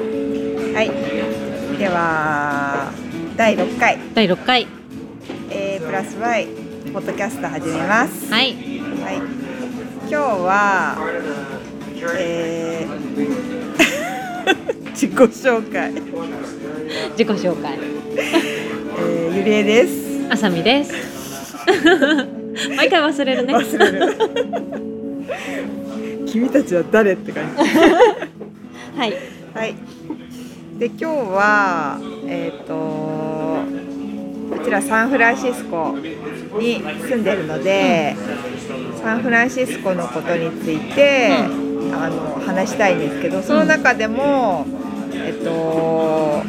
はい。では第6回、第6回 A プラス Y ポッドキャスト始めます。はいはい。今日は、えー 自己紹介、自己紹介えーゆりえです。あさみです 毎回忘れるね忘れる。君たちは誰って感じ。はいはい。で今日はえっ、とこちらサンフランシスコに住んでるので、サンフランシスコのことについて、あの話したいんですけど、その中でも、えっ、と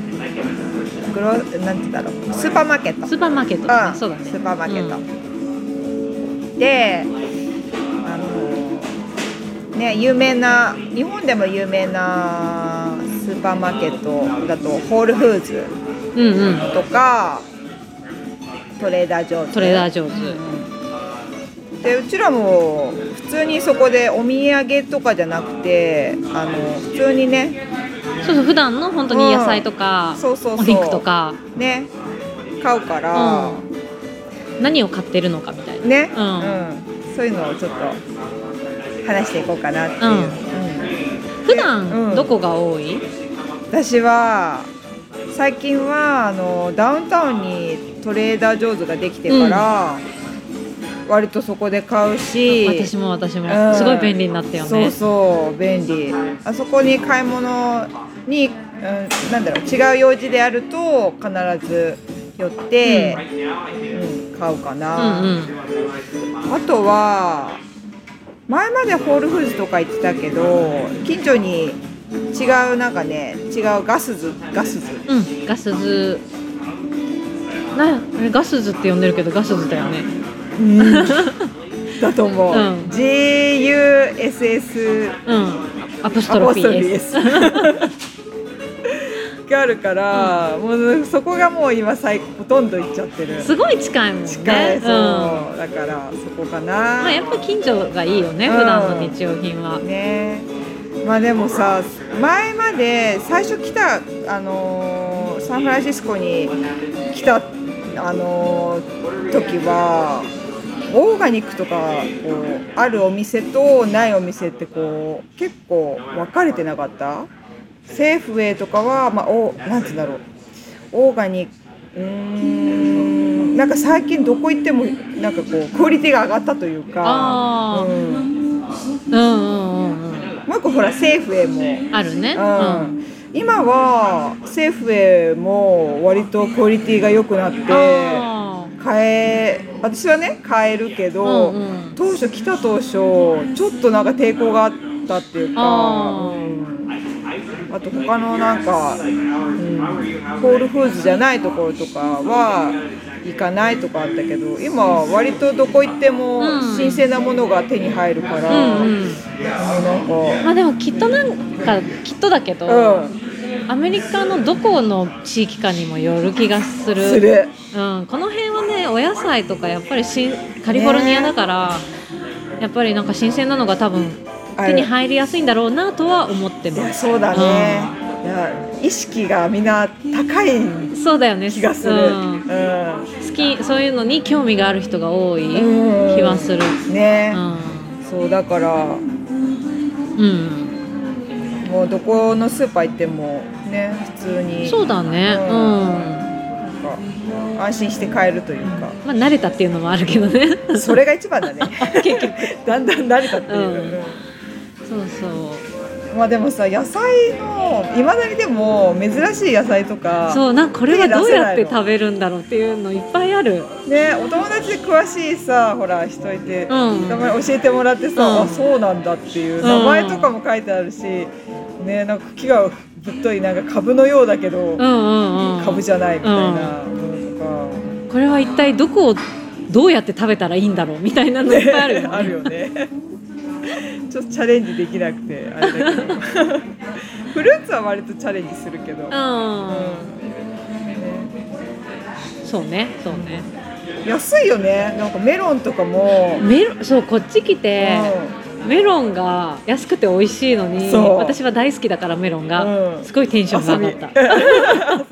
グロなんて言うんだろうスーパーマーケット。スーパーマーケットうん、そうだねスーパーマーケット。うんで、あのね有名な日本でも有名なスーパーマーケットだとホールフーズうんうんとかトレーダー・ジョーンズ。トレーダー上手でうちらも普通にそこでお土産とかじゃなくてあの普通にねそうそう普段の本当に野菜とか、そうそうそうお肉とかね買うから、何を買ってるのかみたいなね、ううんんそういうのをちょっと話していこうかなっていう、うん普うん段どこが多い、私は最近はあのダウンタウンにトレーダー・ジョーズができてから、割とそこで買うし私も私も、うんすごい便利になったよねそうそう便利あそこに買い物に、うん、なんだろう違う用事であると必ず寄って、うん買うかな、んうんあとは前までホールフーズとか行ってたけど近所に違うなんかね違うガスズガスズうんガスズなあれガスズって呼んでるけどガスズだよねだと思う、うん GUSS うんアプスアトロポフスィトロフィーーでですすがあるから、もうそこがもう今最ほとんど行っちゃってるすごい近いもんね近い、うんそう、だからそこかな、まあ、やっぱ近所がいいよね、うん普段の日用品はねまあでもさ前まで最初来た、あのーサンフランシスコに来た、あのー時はオーガニックとかこうあるお店とないお店ってこう結構分かれてなかったセーフウェイとかは、まあ、おなんつうんだろうオーガニックうーんなんか最近どこ行ってもなんかこうクオリティが上がったというかあ、うーん、うんうんうんうんもう一個ほらセーフウェイも、あるねううんん今はセーフウェイも割とクオリティが良くなってあ買え私はね買えるけど、うんうん当初来た当初ちょっとなんか抵抗があったっていうかああ,、うーん、あと他のなんか、うん、ホールフーズじゃないところとかは行かないとかあったけど今割とどこ行ってもうん新鮮なものが手に入るから、うんうんあのなんか。まあでもきっとなんかきっとだけど、うんアメリカのどこの地域かにもよる気がするするうん、この辺はねお野菜とかやっぱりしカリフォルニアだから、やっぱりなんか新鮮なのが多分あ手るに入りやすいんだろうなとは思っていまやすそうだね、いや意識がみんな高いそうだよね気がする、うんう好きそういうのに興味がある人が多いうん気はするん、ねう、んそうだからうん、もうどこのスーパー行ってもね普通にそうだねううんん、なんか安心して買えるというか、まあ慣れたっていうのもあるけどねそれが一番だね 結局だんだん慣れたっていう、そうそうまあでもさ野菜のいまだにでも珍しい野菜とかそうなんかこれはどうやっ手出せないての食べるんだろうっていうのいっぱいあるねお友達で詳しいさほら人いて、うん名前教えてもらってさ、うんあそうなんだっていう名前とかも書いてあるし、ねなんか茎がぶっといなんか株のようだけど、うんうんうん株じゃないみたいなものとか、これは一体どこをどうやって食べたらいいんだろうみたいなのいっぱいあるよね あるよねちょっとチャレンジできなくてあれだけどフルーツは割とチャレンジするけど、うんねうんそうねそうね安いよねなんかメロンとかも、メロンそうこっち来て、うんメロンが安くて美味しいのにそう私は大好きだからメロンが、うんすごいテンションが上がった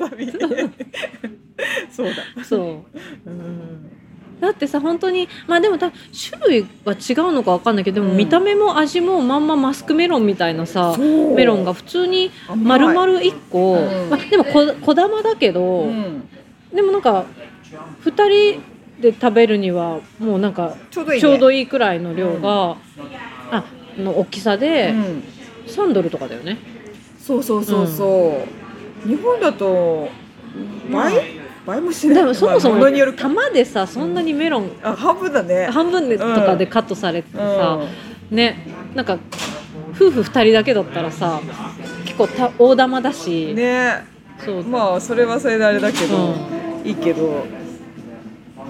遊び そうだ そううんだってさ本当にまあでも多分種類は違うのか分かんないけどでもうん見た目も味もまんまマスクメロンみたいなさそうメロンが普通に甘い丸々1個、うんまあ、でもこ小玉だけど、うんでもなんか2人で食べるにはもうなんかちょうどいい、ね、ちょうどいい、いいくらいの量が、あの大きさうでん、 3ドルとかだよね、そうそうそうそう、日本だと倍、倍もしないでもそもそまあも物によるか玉でさそんなにメロンあ半分だね半分でとかでカットされてうんさ、ねなんか夫婦2人だけだったらさ結構た大玉だし、ねそう、まあそれはそれであれだけど、いいけど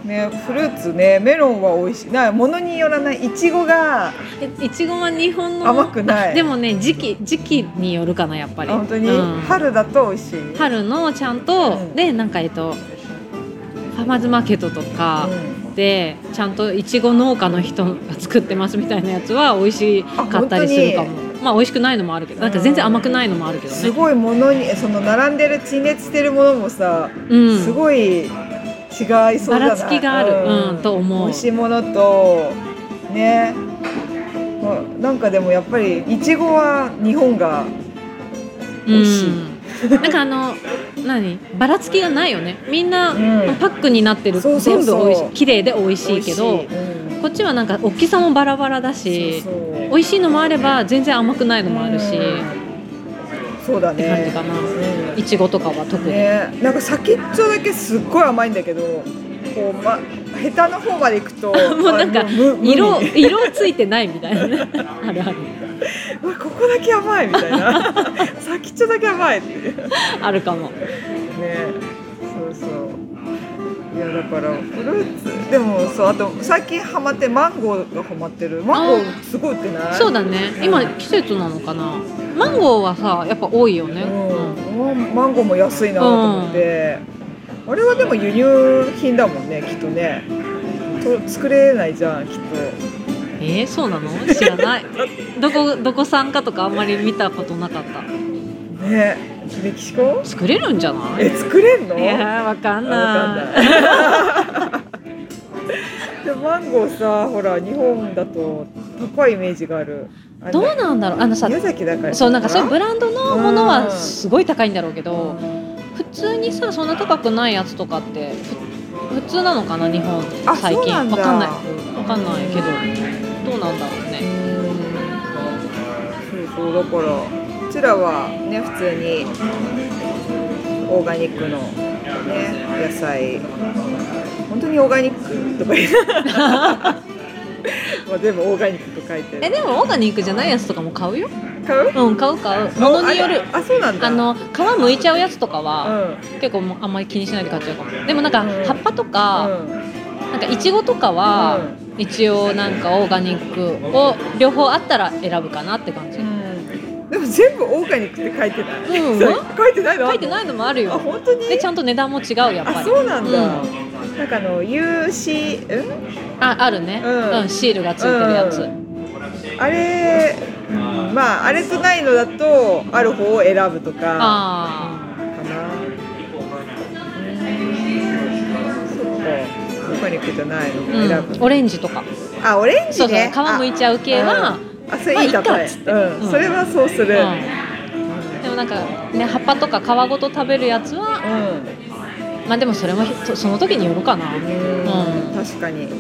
ねフルーツねメロンは美味しいな物によらないいちごがえいちごは日本の甘くないあでもね時期時期によるかなやっぱあり本当に、うん春だと美味しい、春のちゃんと、うんでなんかえっとファーマーズマーケットとかうでちゃんといちご農家の人が作ってますみたいなやつは美味しかったりするかあもまあ美味しくないのもあるけどなんか全然甘くないのもあるけんどねすごい物にその並んでる陳列してるものもさ、うん、すごい違いそうじゃないばらつきがあるうんと思う美味しいものとねまあなんかでもやっぱりいちごは日本が美味しいうん、なんかあの何ばらつきがないよねみんな、うんパックになってるそうそうそう全部美味しい綺麗で美味しいけど美味しいうんこっちはなんか大きさもバラバラだしそうそう美味しいのもあれば全然甘くないのもあるし、うんそうだねって感じかなうんいちごとかは特に、ね、なんか先っちょだけすっごい甘いんだけどこう、ま、ヘタの方までいくと もうなんかあむむ色無味色ついてないみた いなねあるあるうわここだけ甘いみたい な先っちょだけ甘いっていうねあるかもそうそういやだからフルーツでもそうあと最近ハマってマンゴーがハマってるマンゴーすごい売ってないそうだね今季節なのかなマンゴーはさやっぱ多いよね、うんうんマンゴーも安いなと思って、あれはでも輸入品だもんねきっとねと作れないじゃんきっとえー、そうなの知らないどこどこ産かとかあんまり見たことなかったねメキシコ作れるんじゃないえ作れんのいやーわかんあわなかいんない でマンゴーさほら日本だと高いイメージがあるあどうなんだろうあのさ宮崎だからそうなんかそういうブランドのものうんはすごい高いんだろうけうどん普通にさそんな高くないやつとかってふ普通なのかな日本あ最そう近なわんだかんないわかんないけどどうなんだろううねんそうそうだからうちらはね普通にオーガニックのね野菜本当にオーガニックとか 言うまあ全部オーガニックと書いてえるでもオーガニックじゃないやつとかも買うよ買ううん買う買うものによるああそうなんだあの皮剥いちゃうやつとかうは、ん結構もうあんまり気にしないで買っちゃうかもでもなんかうん葉っぱとか、なんかいちごとかは、一応なんかオーガニックを両方あったら選ぶかなって感じ、うん、うん、でも全部オーガニックって書いてない、うんそれ書いてないの書いてないのもあるあよ本当にでちゃんと値段も違うやっぱりあそうなんだ、うなんかあの UC うんああるね、ううんんシールがついてるやつ、うあれまああれとないのだとある方を選ぶとかあかなそっかオーガニックじゃないのあ、もう選ぶ、ん、オレンジとか、あオレンジそうそうね皮むいちゃう系は、あそれいい例え、まあいいかっつってうんうんそれはそうする、うんうんでもなんかね葉っぱとか皮ごと食べるやつはまあでもそれもひとその時によるかなうんうん確かにね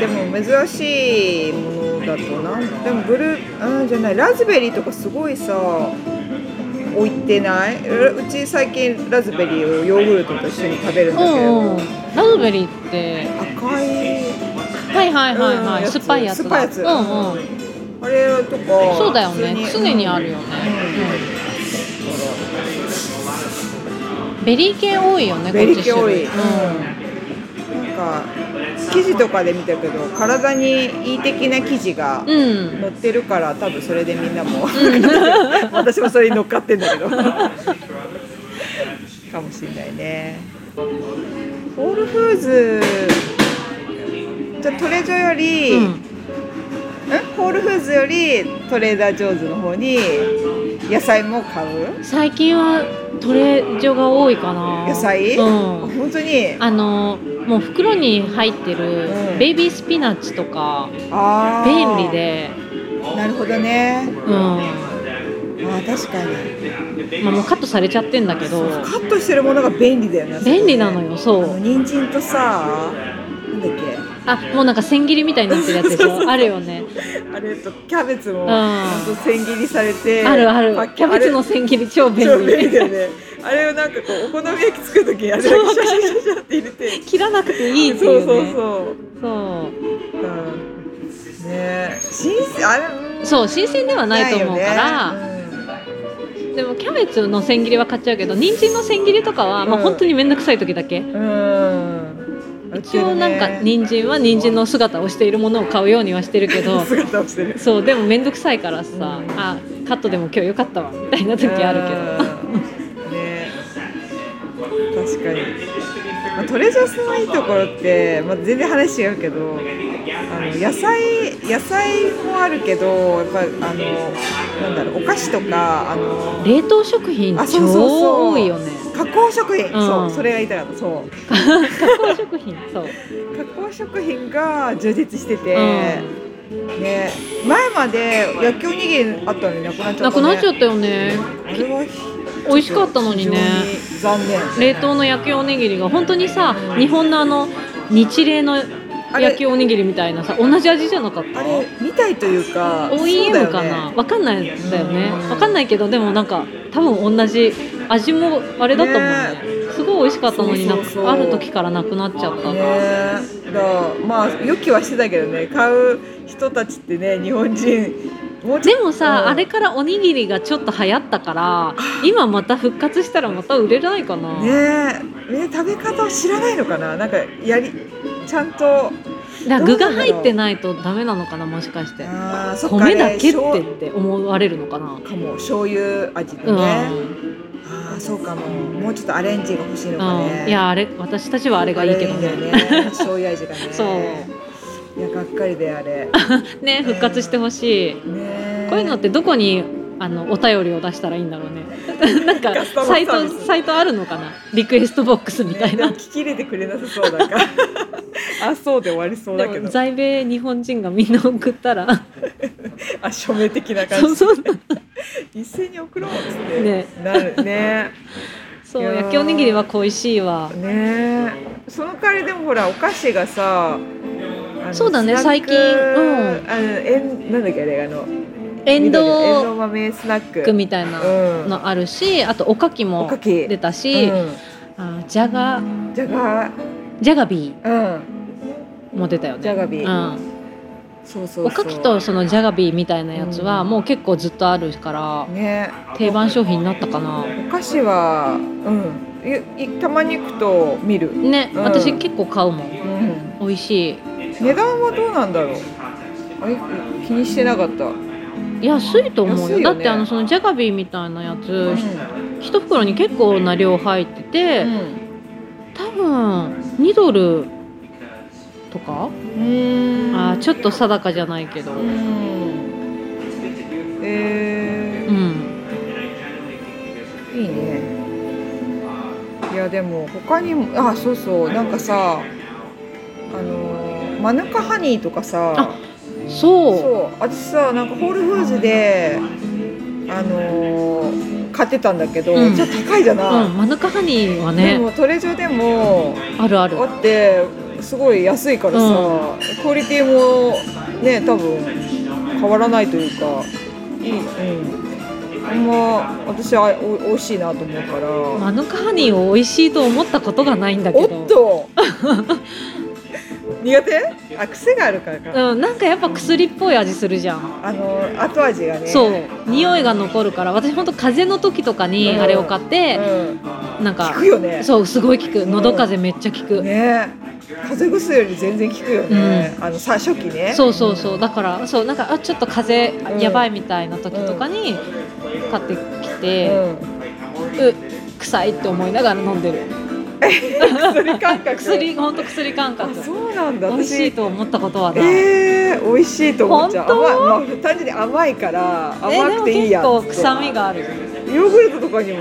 でも珍しいものだとなんでもブルーうんじゃないラズベリーとかすごいさ置いてないうち最近ラズベリーをヨーグルトと一緒に食べるんだけど、うんうんラズベリーって赤いはいはいはいはい、うん酸っぱいやつ酸っだぱいやつうんうんあれとかそうだよね普通常にあるよね、うんベリー系多いよねベリー系多い、こっちうん、なんか生地とかで見たけど体にいい的な生地が種類うん、乗ってるから多分それでみんなも 私もそれに乗っかってんだけどかもしんないねホールフーズじゃあトレジョより、うんホールフーズよりトレーダー・ジョーズの方に野菜も買う最近はトレジョが多いかな野菜、うん本当にあのもう袋に入ってるうんベイビースピナッチとかあー便利でなるほどねうんまあー確かにあもうカットされちゃってんだけどカットしてるものが便利だよね便利なのよあそのう人参とさなんだっけあもうなんか千切りみたいになってるやつでしょあるよねあれとキャベツもんほんと千切りされてあるあパるッキャベツのあ千切り超れ便超便利だよ利ねあれをなんかこうお好み焼き作るときにあれだけシャシャシャシャって入れて切らなくていいっていそううそうねそうそううんね新鮮あれうんそう新鮮ではないと思うから、ないよねでもキャベツの千切りは買っちゃうけど人参の千切りとかは、まあうん本当に面倒くさい時だけうんうん一応なんか人人参は人参の姿をしているものを買うようにはしてるけど姿を してるそうでも面倒くさいからさ、うんあカットでも今日良かったわみたいな時あるけど、どね確かに、まあ、トレジャースのいいところって、まあ、全然話違うけどあの野菜野菜もあるけどやっぱあのなんだろうお菓子とかあの冷凍食品あ超そうそうそう多いよね加工食品、うんそうそれが言いたかったそう加工食品そう、加工食品が充実してて、うね前まで焼きおにぎりあったのになくなっちゃった、ね、ん、なくなっちゃったよねあれは美味しかったのにね非常に残念冷凍の焼きおにぎりが本当にさ日本のあの日冷のあれ焼きおにぎりみたいなさ同じ味じゃなかったあれみたいというか OEM かそうだな、よねわかんないんだよねうんわかんないけどでもなんか多分同じ味もあれだったもんねすごい美味しかったのになそうそうそうある時からなくなっちゃったな、ねえだからまあ予期はしてたけどね買う人たちってね日本人もうちょでっともさ、うんあれからおにぎりがちょっと流行ったから今また復活したらまた売れないかな、ねえねえ食べ方を知らないのかななんかやりちゃんとだから具がどうなんだろう入ってないとダメなのかなもしかしてあーそっか米だけっあれてって思われるのかな、しょうかも醤油味でね、うん、ああそうかももうちょっとアレンジが欲しいのかね、うん、いやあれ私たちはあれがいいけどあれいいんねだよね醤油 味がねそういやがっかりであれねね復活してほしい、えこういうのってどこにあのお便りを出したらいいんだろう ね。なんかカスタマーサイサービトスサイトあるのかな。リクエストボックスみたいねでな。も聞き入れてくれなさそうだから あそうで終わりそうだけでども在米日本人がみんな送ったら、あ署名的なそ感うじそう一斉に送ろうっつってねなるねそういやー焼きおにぎりは恋しいわ。ねその代わりでもほらお菓子がさあのそうだねスナック最近うあんのえんなんだっけあれあのエン緑のエンドドウウ豆スナックみたいなうんのあるし、あとおかきおもかき出たし、うんあジャガじゃがジャガビうんーも出たよね。ジャガビーうん、そうそうそうおかきとそのジャガビーみたいなやつはうんもう結構ずっとあるからね定番商品になったかな。お菓子はうんいいたまに行くと見る、うん、ね、うん私結構買うもん。美味しい値段はどうなんだろうあれ気にしてなかった、うん、安いと思うよ安いよだねってあのそのジャガビーみたいなやつ、一袋に結構な量入ってて、多分2ドルとか、うんあーちょっと定かじゃないけど、ううんんえー、いいねいやでも他にもあそうそうなんかさあのマヌカハニーとかさあそうそう私さなんかホールフーズであのー買ってたんだけど、うんじゃあ高いじゃうない、ん、マヌカハニーはでねもトレジョでもあるあるあってすごい安いからさ、クオリティもね多分変わらないというかいいうんあんま私はお美味しいなと思うから、マヌカハニーを美味しいと思ったことがないんだけどおっ と苦手あ癖があるからか、うん、なんかやっぱ薬っぽい味するじゃん、あの後味がねそう匂いが残るから私ほんと風邪の時とかにあれを買って、うなんん、か効くよねそうすごい効く喉風邪めっちゃ効く、ね風邪薬より全然効くよね、あのさ初期ねそうそうそうだからそうなんかあちょっと風うん邪やばいみたいな時とかに買ってきうて、ん、 う臭いって思いながら飲んでる薬感覚薬ほんと薬感あ覚そうなんだ美味しい私と思ったことはない、えー、美味しいと思っちゃう本当甘い、まあ、単純に甘いからえ甘くていいやでもつっ結て構臭みがあるヨーグルトとかにも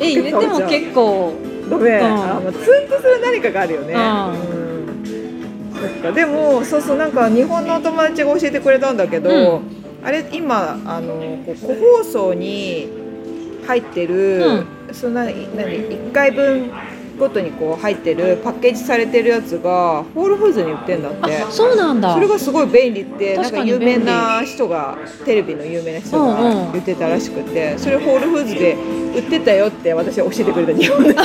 え入れても食べちゃ結構うダメ、うんあのツンとする何かがあるよね、うんうんそっかでもそうそうなんか日本のお友達が教えてくれたんだけど、うあれ今あのこう個包装に入ってる、そんな何1回分ごとにこう入ってるパッケージされてるやつがホールフーズに売ってんだってあそうなんだそれがすごい便利ってなん確かかに有便名利な人がテレビの有名な人うんがうん言ってたらしくてそれホールフーズで売ってたよって私は教えてくれた日本の人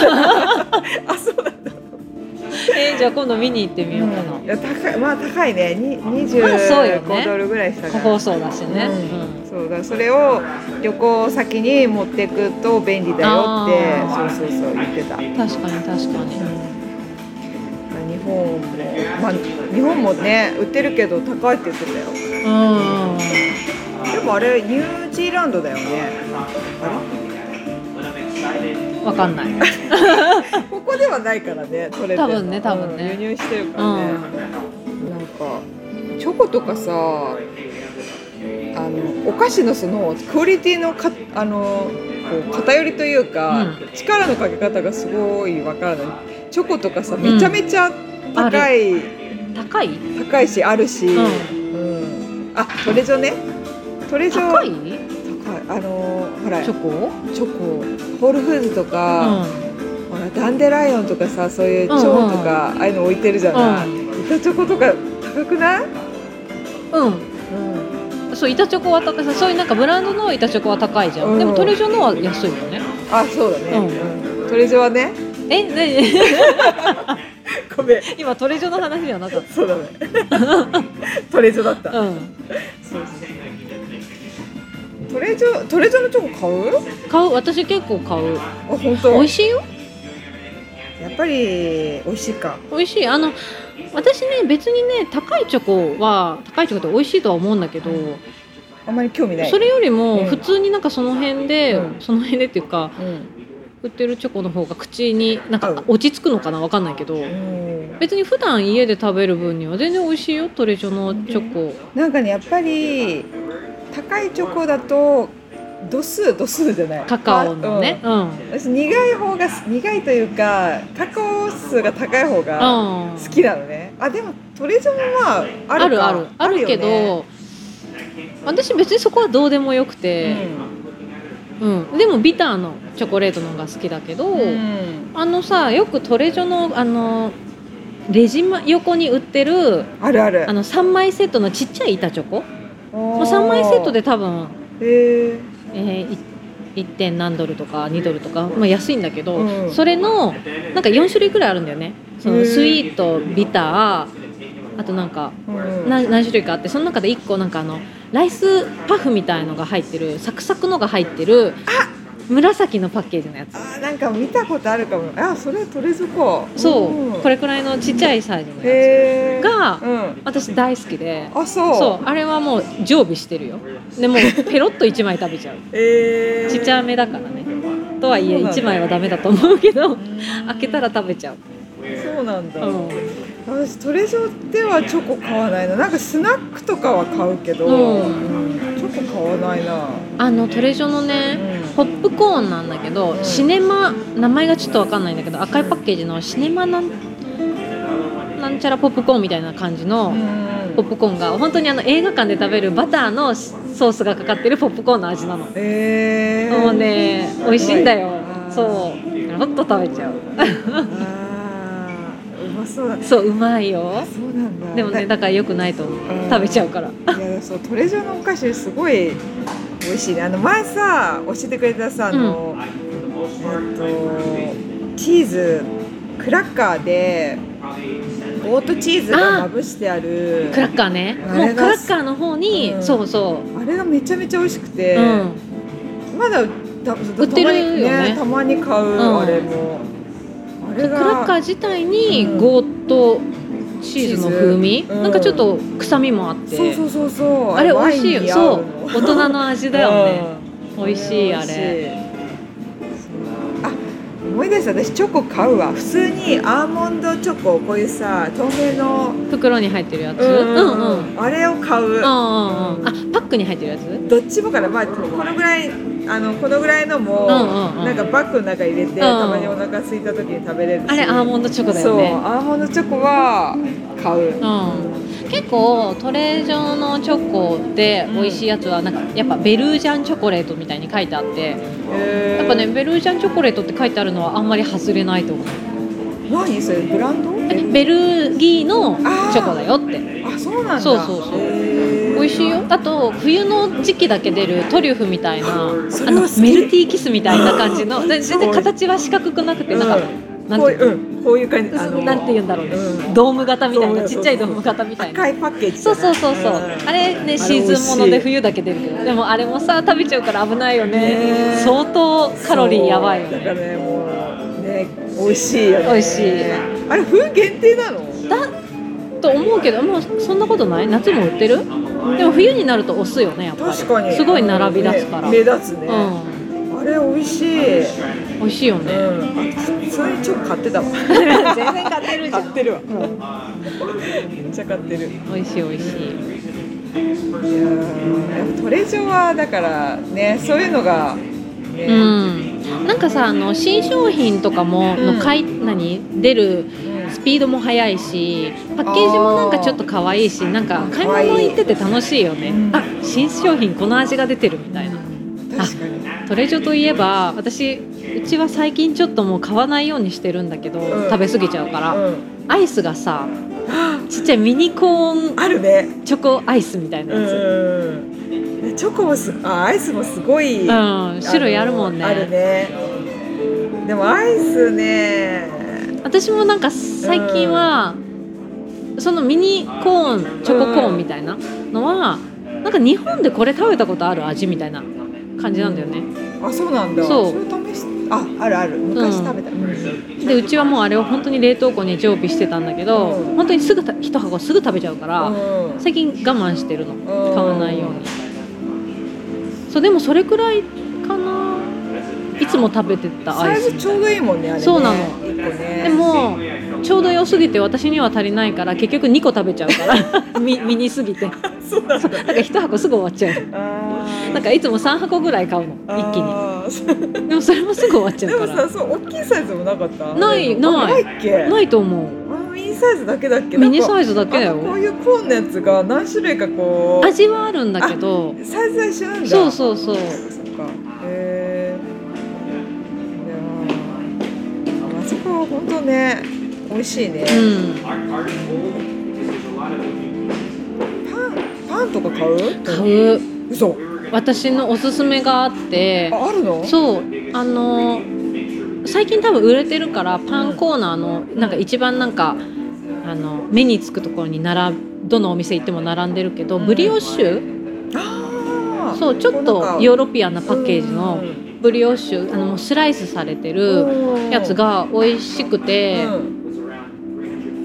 あそうなんだえーじゃあ今度見に行ってみようかな、いや 高いまあ高いねにまあそうよね25ドルぐらいした個から包装だしね、うんそうだからそれを旅行先に持ってくと便利だよあっーてそうそうそう言ってた。うん確かに確かに日本も、まあ、日本もね売ってるけど高いって言ってたようんうんでもあれニュージーランドだよねわかんないここではないからね取れてるの多分ね多分ねうん輸入してるからね、なんかチョコとかさあのお菓子のそのクオリティのかあのこう偏りというか、うん力のかけ方がすごいわからないチョコとかさめちゃめちゃ高い、高い、高いしあるし、ううんあトレジョねトレん、ジョ高高いいあのーほらチチョコョコホールフーズとか、うほらダンデライオンとかさそういう蝶とか、ああいうの置いてるじゃない、う板チョコとか高くない、ん、うん、そう板チョコは高いそういうなんかブランドの板チョコは高いじゃん、うんでもトレジョのは安いよねあそうだね、うトレジョはねえ ねごめん今トレジョの話ではなかっそう だねトレジョだった、たうんそうそうトレジョトレジョのチョコ買う買う私結構買うあ本美当味しいよやっぱり美味しいか美味しいあの私ね別にね高いチョコは高いチョコって美味しいとは思うんだけど、あんまり興味ないそれよりもうん普通になんかその辺で、うんその辺でっていうかうん、売ってるチョコの方が口になんうんか落ち着くのかなわかんないけどうん別に普段家で食べる分には全然美味しいよトレジョのチョコなんかねやっぱり高いチョコだと度数度数じゃないカカオのね、うんうん私苦い方が苦いというかカカオ数が高い方があ好きなのねあでもトレジョンはあるるかあるあるよけど、ね私別にそこはどうでもよくうて、んうんでもビターのチョコレートの方が好きだけど、うんあのさよくトレジョのあのレジま横に売ってるあるあるあの3枚セットのちっちゃい板チョコもうも3枚セットで多分、へええーい 1. 点何ドルとか2ドルとか、まあ、安いんだけど、うんそれのなんか4種類くらいあるんだよねそへーのスイートビターあとなんかうん何何種類かあってその中で1個なんかあのライスパフみたいのが入ってるサクサクのが入ってる紫のパッケージのやつあーなんか見たことあるかもあそれトレジョかそう、んこれくらいのちっちゃいサイズのやへえつが、うん私大好きであそうそうあれはもう常備してるよでもうペロッと1枚食べちゃうえーちっちゃめだからねとはいえそうなんだ1枚はダメだと思うけどうん開けたら食べちゃう、そうなんだ、うん私トレジョではチョコ買わないななんかスナックとかは買うけど、うんうんチョコ買わないな、あのトレジョのねポップコーンなんだけど、うんシネマ名前がちょっとわかんないんだけど赤いパッケージのシネマなんなんちゃらポップコーンみたいな感じのうんポップコーンが本当にあの映画館で食べるバターのソースがかかってるポップコーンの味なのえー、もうね美味しいんだよあーそうペロッと食べちゃうあーうまそうだそううまいよそうなんだでもねだだからよくないと思う食べちゃうからいやそうトレジョのお菓子すごい美味しいねあの前さ教えてくれたさあの、えっとチーズクラッカーでオートチーズがまぶしてあるクラッカーねあもれうクがラッカーの方に、うんそうそあれがめちゃめちゃ美味しくう、て、まだた売売ってるよねたまに買う、んあれもあうんでれクがラッカー自体にうんゴーとチーズの風味、チーズうんなんかちょっと臭みもあってそうそうそうそうあれ美味しいよそうう大人の味だよね、美味しいあれあ思い出しさ私チョコ買うわ普通にアーモンドチョコこういうさ透明の袋に入ってるやつううんうんうんうんうんんあれを買うあパックに入ってるやつうんどっちもからまあこのぐらいあのこのぐらいのもうんうんうんなんかバッグの中入れてたまにお腹空いた時に食べれるしあれアーモンドチョコだよそうねアーモンドチョコは買ううん結構トレー上のチョコで美味しいやつはなんかやっぱベルージャンチョコレートみたいに書いてあってえーやっぱねベルージャンチョコレートって書いてあるのはあんまり外れないと思う何それブランドえベルギーのチョコだよってあそうなんだそうそうそう美味しいよあと冬の時期だけ出るトリュフみたいなあそれは好きのメルティーキスみたいな感じので全然形は四角くなくてなんか、ななんんこうていいうううんこういう感じそうなんて言うんだろうね、うんドーム型みたいそうなそうちっちゃいドーム型みたいな赤いパッケージじそゃうないそうそうそう、んあれねシーズンもので冬だけ出るけどでもあれもさ食べちゃうから危ないよねね相当カロリーやばいよそうだねからねもうね美味しいよね美味しいあれ冬限定なのだと思うけどもうそんなことない夏も売ってるでも冬になると押すよねやっぱり確かにすごい並び出すから、ね目立つねうあれ美味しいうんん美味しいよね、あそういうチョコ買ってたわ 全然買ってる買ってるわめっちゃ買ってる美味しい美味しいいやートレジョはだからねそういうのが、ねうんなんかさあの新商品とかもうんの買い、何出るスピードも速いしパッケージもなんかちょっと可愛いしなんか買い物行ってて楽しいよねうんあ新商品この味が出てるみたいな確かに、トレジョといえば私うちは最近ちょっともう買わないようにしてるんだけど、うん食べ過ぎちゃうから、うん、アイスがさちっちゃいミニコーンあるねチョコアイスみたいなうやつ、んチョコもすあアイスもすごい、あうん、の種類あるもんねあるねでもアイスね私もなんか最近は、そのミニコーンチョココーンみたいなのは、なんか日本でこれ食べたことある味みたいな感じなんだよね、あそうなんだそうれ試しああるある昔食べた、うんでうちはもうあれを本当に冷凍庫に常備してたんだけど、うん本当にすぐた一箱すぐ食べちゃうから、うん最近我慢してるのん買わないように、そうでもそれくらいかないつも食べてたアサイイスズちょうどいいもんねあれねそうなの一個ねでもちょうど良すぎて私には足りないから結局2個食べちゃうから ミミニすぎてそうなんだなんか1箱すぐ終わっちゃうあーなんかいつも3箱ぐらい買うの一気にあーそうでもそれもすぐ終わっちゃでうかもさらそう大きいサイズもなかったないあないないっけないと思あミニサイズだけだっけうミニサイズイズだけだこよういうコーンのやつが何種類かこう味はあるんだけどサイズは一緒なんだそうそうそそっうかへえいやーあそこは本当ね美味しいね、うんパンパンとか買う買う嘘私のおすすめがあってああるのそうあの最近多分売れてるからパンコーナーのなんか一番なんかあの目につくところに並ぶどのお店行っても並んでるけどブリオッシュあーそうちょっとヨーロピアンなパッケージのブリオッシュあのもうスライスされてるやつ、が美味しくうんてう、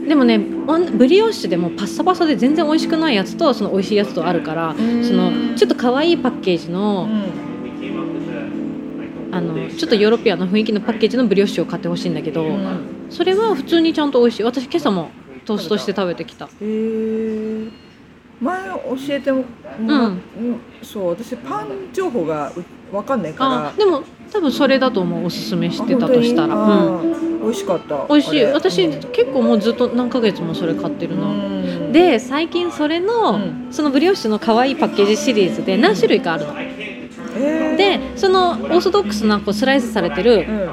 んでもねおんブリオッシュでもパッサパサで全然美味しくないやつとその美味しいやつとあるからうんそのちょっと可愛いパッケージうのんあのちょっとヨーロピアンの雰囲気のパッケージのブリオッシュを買ってほしいんだけど。うんそれは普通にちゃんと美味しい私今朝もトーストして食べてきたへー前教えてもらっ、うん、そう私パン情報がうわかんないからあでも多分それだと思うおすすめしてたとしたら、あうん、本当にあー美味しかった美味しいあれ私うん結構もうずっと何ヶ月もそれ買ってるな、うんで最近それの、うんそのブリオッシュの可愛いパッケージシリーズで何種類かあるの、えーでそのオーソドックスなこうスライスされてうるん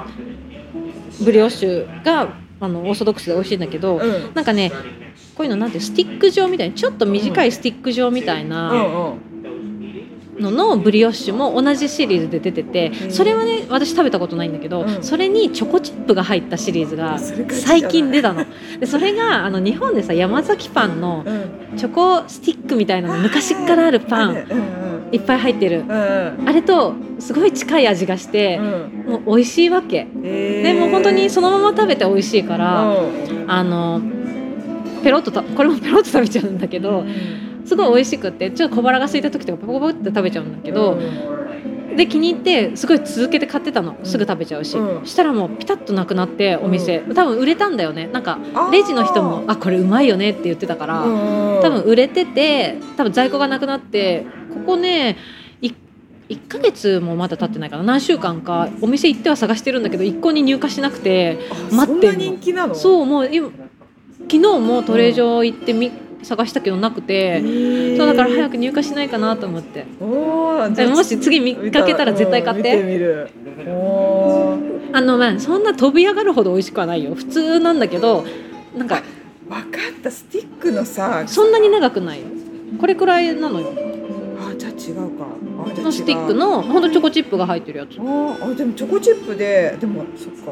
ブリオッシュがあのオーソドックスで美味しいんだけど、うんなんかねこういうのなんてスティック状みたいなちょっと短いスティック状みたいな、うんののブリオッシュも同じシリーズで出ててうんそれはね私食べたことないんだけど、うんそれにチョコチップが入ったシリーズがそれが好きじゃない最近出たのでそれがあの日本でさ山崎パンのうんうんチョコスティックみたいなの昔っからあるパあンれうんいっぱい入ってるうんあれとすごい近い味がしてう、んもう美味しいわけででもう本当にそのまま食べて美味しいから、あのペロッとたこれもペロッと食べちゃうんだけどすごい美味しくってちょっと小腹が空いた時とかパコパコって食べちゃうんだけど、で気に入ってすごい続けて買ってたのんすぐ食べちゃうし、うんしたらもうピタッとなくなってお店、多分売れたんだよねなんかあーレジの人も「あこれうまいよね」って言ってたから、多多分売れてて多分在庫がなくなってここねい1ヶ月もまだ経ってないかな何週間かお店行っては探してるんだけど一向に入荷しなくて待ってんそんのな人気なのうそうもう今昨日もトレジョ行ってみ、探したけどなくて、そうだから早くく入荷しないかなと思っておーじでゃあもし次見かけたら絶対買っうんて見てみるおーあのまあそんな飛び上がるほど美味しくはないよ普通なんだけどなんか分かったスティックのさそんなに長くないよこれくらいなのよあじゃあ違うかあじゃあ違うのスティックのほんとチョコチップが入ってるやつあーあでもチョコチップででもそっか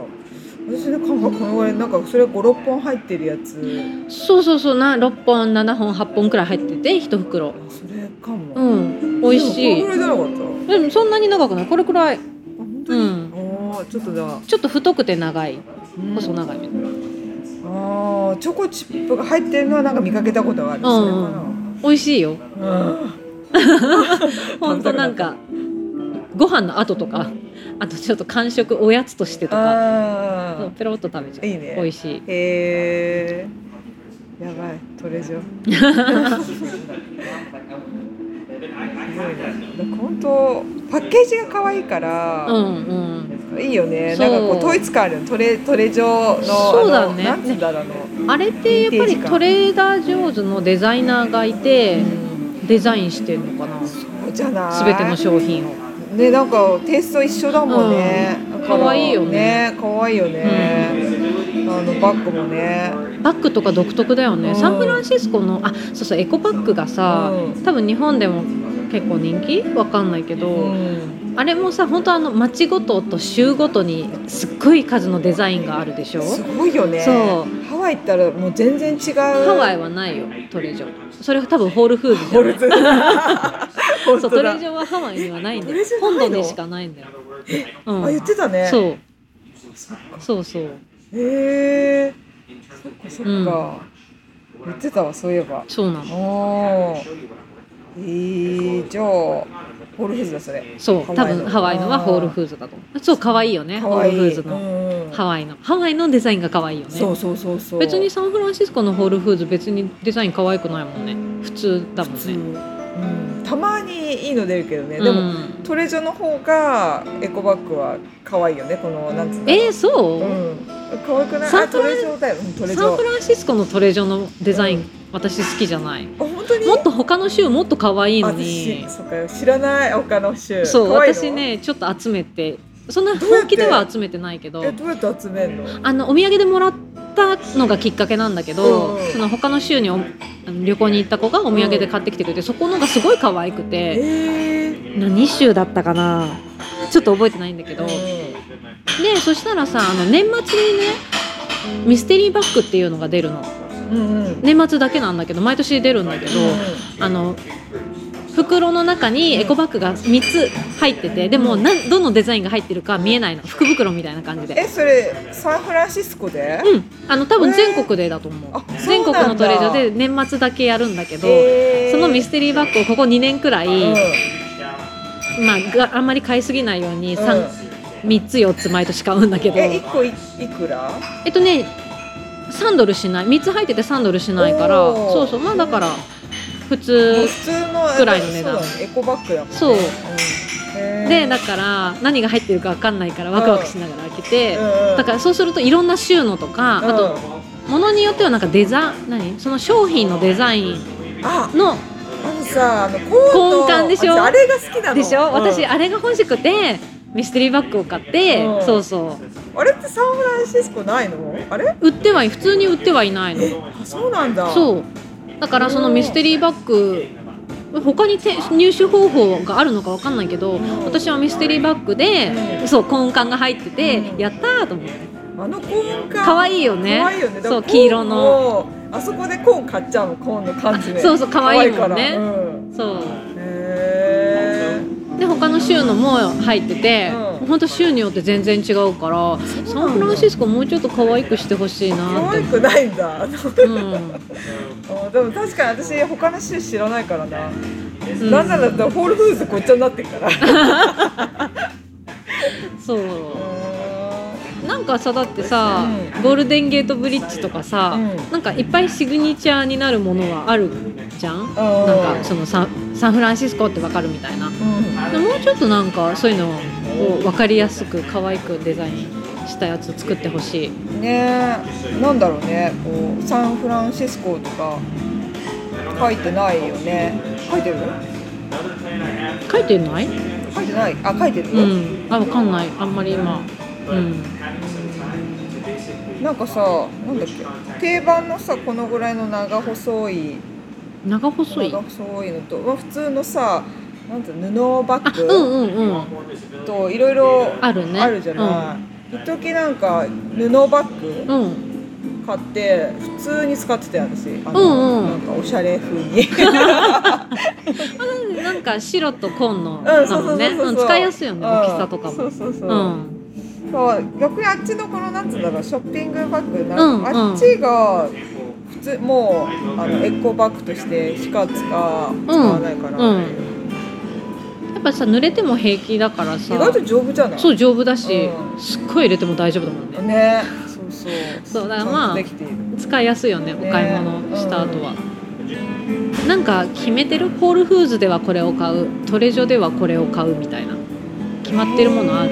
私の感覚このぐらいなんかそれ56本入ってるやつそうそうそうな6本7本8本くらい入ってて1袋あそれかも、うん美味しでいもこのぐらいじゃなかったあでもそんなに長くないこれくらい本当うに、んあーちょっとじゃあちょっと太くて長いうん細長いあーチョコチップが入ってるのはなんか見かけたことがある、それか美味しいよな、うんほんとなんかご飯の後とかあとちょっと間食おやつとしてとかそあうペロッと食べちゃあういいね美味しいへえやばいトレジョ本当パッケージが可愛いから、うんうんいいよねそなうんかこう統一感あるよねトレトレジョのそうだねあのなんつうんだろうあのあれってやっぱヴィンテージり感トレーダー・ジョーズのデザイナーがいてデザインしてんのかなうんじゃない全ての商品をねなんかテイスト一緒だもんね、うんだから可愛いよねね可愛いよね、あのバッグもねバッグとか独特だようねんサンフランシスコのあそうそうエコバッグがさうん多分日本でも結構人気わかんないけうどんあれもさ本当あの街ごとと州ごとにすっごい数のデザインがあるでしょすごいよねそうハワイ行ったらもう全然違うハハワイはないよトレジョそれ多分ホールフーズじホゃルないツ本そう当トだレジョはハワイにはないんだえトレよジョない本の土でしかないんだよ、うんあ言ってたねそうそうそうへえそっかそっうんか、言ってたわそういえばそうなのおーえー、じゃあホールフーズだそれそう多分ハワイのはホールーフーズだと思うそう可愛いよねかホわールいフいーズのうんうんハワイのハワイのデザインが可愛いよねそうそうそうそう別にサンフランシスコのホールフーズ別にデザイン可愛くないもんね普通だもん普通ねうんたまにいいの出るけどね、うんでもトレジョの方がエコバッグは可愛いよねこのなんつうのえー、そう、うん可愛くないサあンフトランレジョだようんトレジサンョフランシスコのトレジョのデザイン、う私好きじゃないあ本当にもっと他の州もっと可愛いのにあ私そっか知らない他の州そう可愛いの私ねちょっと集めてそんな本気では集めてないけどえどうやって集めるのあのお土産でもらったのがきっかけなんだけど、うんその他の州におあの旅行に行った子がお土産で買ってきてくれて、そこのがすごい可愛くえてー何州だったかなちょっと覚えてないんだけど、でそしたらさあの年末にねミステリーバッグっていうのが出るのうんうんうん年末だけなんだけど毎年出るんだけどあの袋の中にエコバッグが3つ入っててでもなどのデザインが入ってるか見えないの福袋みたいな感じでえそれサンフランシスコでうんあの多分全国でだと思う,、えーあそうなんだ全国のトレジャーで年末だけやるんだけど、えーそのミステリーバッグをここ2年くらい、まあ、があんまり買いすぎないように 3,、うん3つ4つ毎年買うんだけどえ一個いいくらえっとね3ドルしない3つ入ってて3ドルしないからおーそうそうまあだから普もう通普通のくらいの値そ段うだねエコバッグだもんねそうんへーでだから何が入ってるか分かんないからワクワクしながら開けてうんうんだからそうするといろんな州のとかあうんと物によってはなんかデザ何その商品のデザインあのあのさあのコーンの根幹でしょ私あれが好きなのでしょうん私あれが欲しくてミステリーバッグを買ってうんそうそあれってサンフランシスコないのあれう売ってはい普通に売ってはいないのあそうなんだうそうだからそのミステリーバッグ他にて入手方法があるのかわかんないけど私はミステリーバッグでそう根幹が入っててやったーと思ってあのコーンか可愛いよね可愛いよねだからそう黄色のコーンをあそこでコーン買っちゃうのコーンの缶詰あそうそう可愛いもんね可愛いからうんそうへで他の州のも入っててうん本当州によって全然違うからーサンフランシスコもうちょっと可愛くしてほしい可なって愛くないんだ あうんでも確かに私他の州知らないからなうんなんならだったらホールフーズこっちゃになってる からそうなんかさだってさ、うゴールデンゲートブリッジとかさ、うんなんかいっぱいシグニチャーになるものはあるじゃん、なんかそのサンサンフランシスコってわかるみたいなうんでもうちょっとなんかそういうのを分かりやすく可愛くデザインしたやつ作ってほしいねえなんだろうねこうサンフランシスコとか書いてないよね書いてる書いてない書いてないあ書いてる、うんあ分かんないあんまり今うんなんかさなんだっけ定番のさこのぐらいの長細い長細い長細いのと、まあ、普通のさなんていうの布バあッうんグうんうんといろいろあるねあるじゃない、一時なんか布バッうグん、うん、買って普通に使ってたよ私あうんうんなんかおしゃれ風に なんか白と紺のうんなそうそうそうのねそううん使いやすいよね大きさとかそもうそうそう、うんそう逆にあっちのこのなんつうんだろうショッピングバッグな、うんうんあっちが普通もうあのエコバッグとしてしか使わないから、うんやっぱさ濡れても平気だから意さ外と丈夫じゃないそう丈夫だし、うすっごい入れても大丈夫だもんねねそうそうそうだからまあちゃんとできている使いやすいよねねお買い物した後は、なんか決めてるホールフーズではこれを買うトレジョではこれを買うみたいな決まってるものある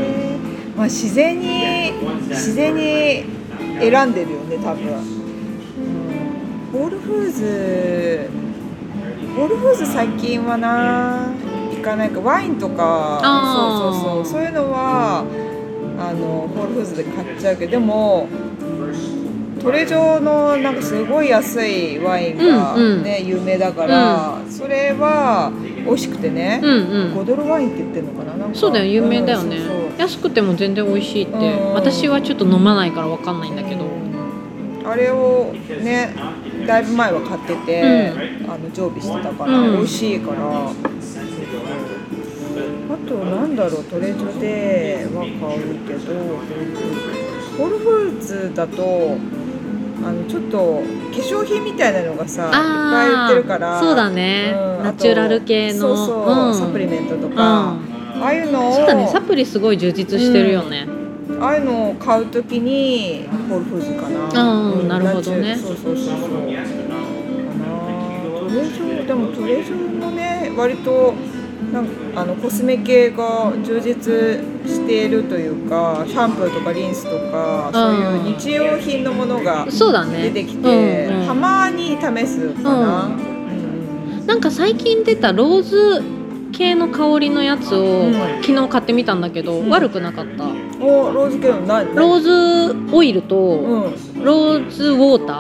まあ自然に自然に選んでるよね多分、うん、ホールフーズホールフーズ最近はな行かないかワインとかあそうそうーそうそういうのはあのホールフーズで買っちゃうけどでもトレジョのなんかすごい安いワインが、うんうんね有名だから、それは美味しくてね、うんう5んドルワインって言ってるのかななんかそうだよ有名だよね、うんそうそう安くても全然美味しいって、うん私はちょっと飲まないから分かんないんだけど、うんあれをねだいぶ前は買ってて、あの常備してたから、うん美味しいからあとなんだろうトレジョでは買うけどホールフーズだとあのちょっと化粧品みたいなのがさいっぱい売ってるからそうだね、うんナチュラル系のそうそう、うんサプリメントとうか、んああいうのをそうだねサプリすごい充実してるよね、ああいうのを買うときにホールフーズかな。うんなるほどねそうそうそうそう。かな。トレジョーでもトレジョーもね割となんかあのコスメ系が充実しているというかシャンプーとかリンスとかそういう日用品のものがそうだね出てきて、うんうんたまに試すかな。ううんんうんなんか最近出たローズ系の香りのやつを、うん昨日買ってみたんだけど、うん悪くなかったおローズ系の何？ロズ。ーズオイルうと、ん。ローズウォーター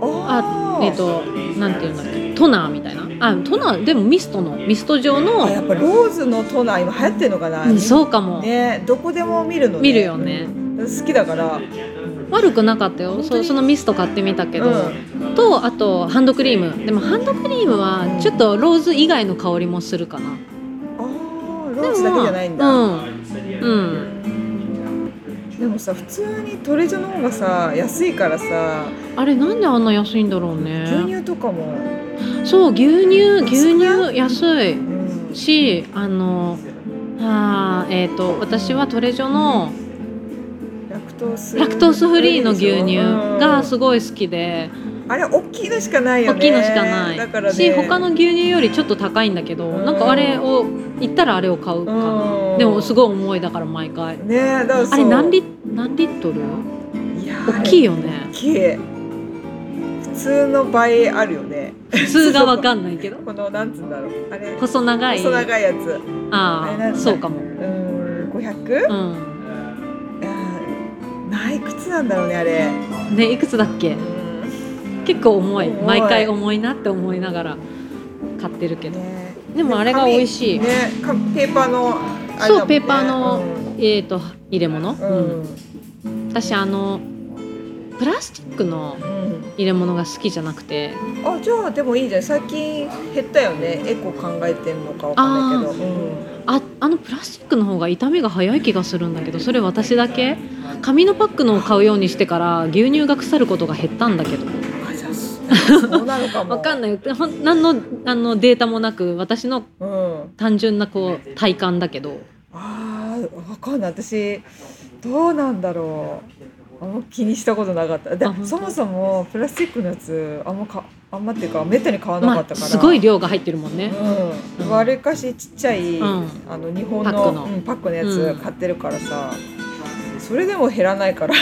ああーえっ、となんていうんだっけトナーみたいなあトナーでもミストのミストあ状やのっぱローズのトナー今流行ってるのかな。うんそうかも、ねどこでも見るの、ね、見るよね好きだから悪くなかったよ本当そうにそのミスト買ってみたけど、うんとあとハンドクリームでもハンドクリームはちょっとローズ以外の香りもするかなあーでローもズだけじゃないんだ、うん、うんでもさ普通にトレジョの方がさ安いからさあれなんであんな安いんだろうね牛乳とかも、そう牛乳牛安乳安いうんしあのあーえっ、と私はトレジョのラクトースラクトースフリーの牛乳がすごごい好きであれ大きいのしかないよ大ねきいのしかないだからねし他の牛乳よりちょっと高いんだけどうんなんかあれを行ったらあれを買うかなうんでもすごい重いだから毎回ねだからそうあれ何リ何リットルいや大きいいよ ね大きい普通の倍あるよね普通がわかんないけどこのなんつうんだろうあれ細長い細長いやつああれなんあだそうかもうーん 500? うんうんないくつなんだろうねあれ、ねいくつだっけうん結構重い重い毎回重いなって思いながら買ってるけど、ね、でもあれが美味しい、ねかペーパーのあれだもんねそうペーパーのえっ、と入れ物、うんうんうん私あのプラスチックのうん入れ物が好きじゃなくてあじゃあでもいいじゃん最近減ったよねエコ考えてんのかわかんないけど、うんああのプラスチックの方が傷みが早い気がするんだけどそれ私だけ紙のパックのを買うようにしてから牛乳が腐ることが減ったんだけどあじゃあそうなるかもわかんないほん何のあのデータもなく私のうん単純なこう体感だけどあーわかんない私どうなんだろうあんま気にしたことなかったであ本当そもそもプラスチックのやつあんまかあんまっていうかめったに買わなまかっあたから、すごい量が入ってるもんねうん、わりかしちっちゃい、うんあの日本のパックのうん、パックのやうつん買ってるからさ、それでも減らない から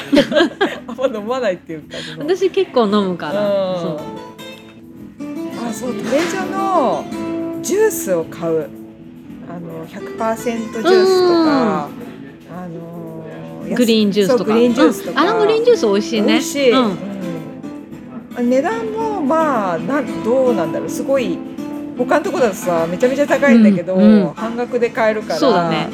あんま飲まないっていう感じの私結構飲むからうんそうあそうトレジョのジュースを買うあの100%ジュースとか、あのグリーンジュースとそうかグリーンジュースとか、うんあのグリーンジュース美味しいね美味しい、うん、うん値段もまあなんどうなんだろうすごい他のとこだとさめちゃめちゃ高いんだけど、うんうん半額で買えるからそうだね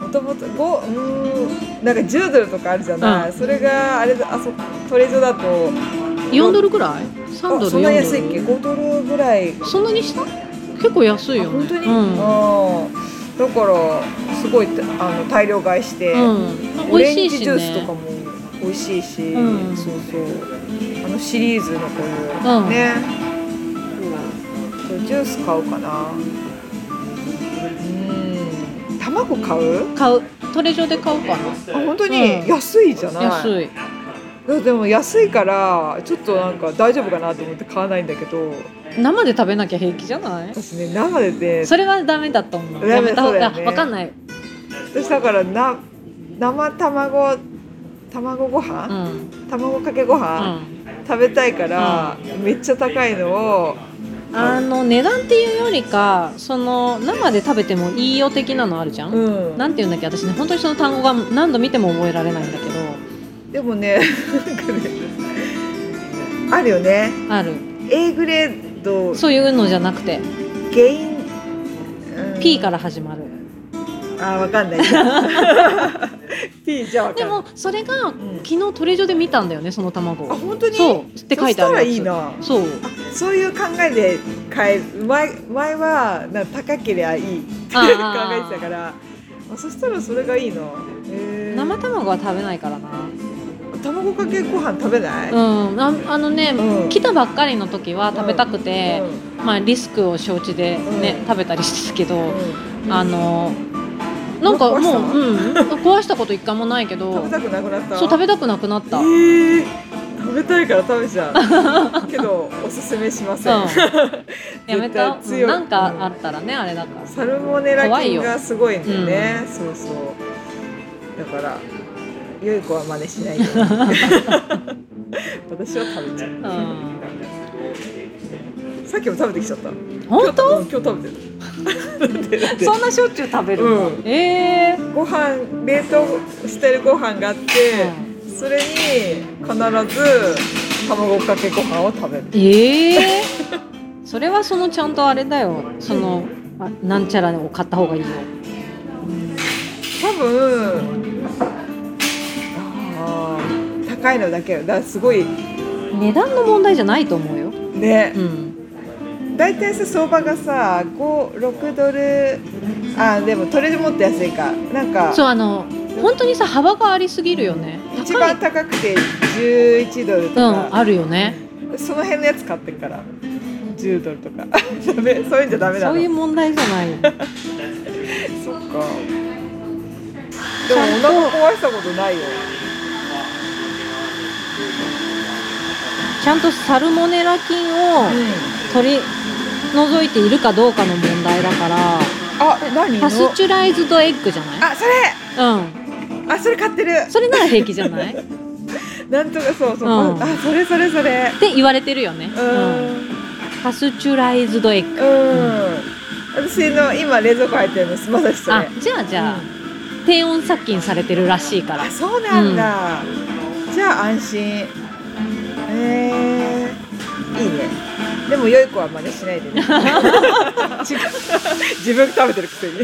もともとごうーんなんか10ドルとかあるじゃない、それがあれだあそトレジョだと4ドルぐらい ?3 ドあルそんな安いっけ4ド5ドルぐらいルそんなにした結構安いよあね本当に、うんうん、だからすごいあの大量買いして、うん、オ美レ味しンいジしジュースとねかも美味しいし、うんそうそうあのシリーズのこういう、うんねそうジュース買うかなうん卵買う買うトレジョで買うかなあ本当にうん安いじゃない、安いいやでも安いからちょっとなんか大丈夫かなと思って買わないんだけど生で食べなきゃ平気じゃない私ね生でねそれはダメだと思うダメやめた方そうだが、よねわかんない、私だからな生卵卵ごう飯、ん卵かけご飯、う食べたいから、めっちゃ高いのをん、あの値段っていうよりかその生で食べてもいいよ的なのあるじゃん、うんなんて言うんだっけ私ね本当にその単語が何度見ても覚えられないんだけどでもねなんかねあるよねある A グレードそういうのじゃなくてゲイン、うん P から始まるあわか んない P じゃわかんでないもそれがん昨日トレジョで見たんだよねその卵あ本当にそうって書いてあそしたるやつらいいなそうそういう考えで買える前前はなんか高けりゃいいって考えてあーたからあそしたらそれがいいなへー生卵は食べないからな卵かけご飯食べない、うんああのね、うん来たばっかりの時は食べたくて、うまあリスクを承知でね、うん食べたりしてたけど、んうんあのなんか壊したのもう、うん、壊したこと一回もないけど食べたくなくなったそう食べたくなくなった、うん、えー食べたいから食べちゃうけどおすすめしません、 やめた、強ういんなんかあったらねあれだからサルモネラ怖い菌よがすごいんだよね、そうそうだから良い子は真似しないで私は食べちゃう、さっきも食べてきちゃった本当今日うん今日食べてるだってだそっんなしょっちゅう食べてる、うんえーご飯冷凍してるご飯があって、それに必ず卵かけご飯を食べるええそれはそのちゃんとあれだよそのあなんちゃらを買った方がいいよ多分あー高いのだけよだからすごい値段の問題じゃないと思うよ、ねうん、大体さ相場がさ56ドルあでもトレジもっと安いかなんかそうあの本当にさ幅がありすぎるよね一高番い高くて11ドルとうんか、あるよねその辺のやつ買ってっから10ドルとか ダメそういうんじゃダメなのそういう問題じゃない そっかでもお腹壊したことないよちゃんとサルモネラ菌を取り除いているかどうかの問題だからあ何のパスチュライズドエッグじゃないあそれうんあそれ買ってるそれなら平気じゃ ないってなんとかそうそう、うんあそれそれそれ言われてるよね、ううんんパスチュライズドエッグうん私の今冷蔵庫入ってるのまさしそれあじゃあじゃあ、低温殺菌されてるらしいからあそうなんだ、じゃあ安心えー、いいねでも良い子は真似しないでね違う 自分食べてるくせに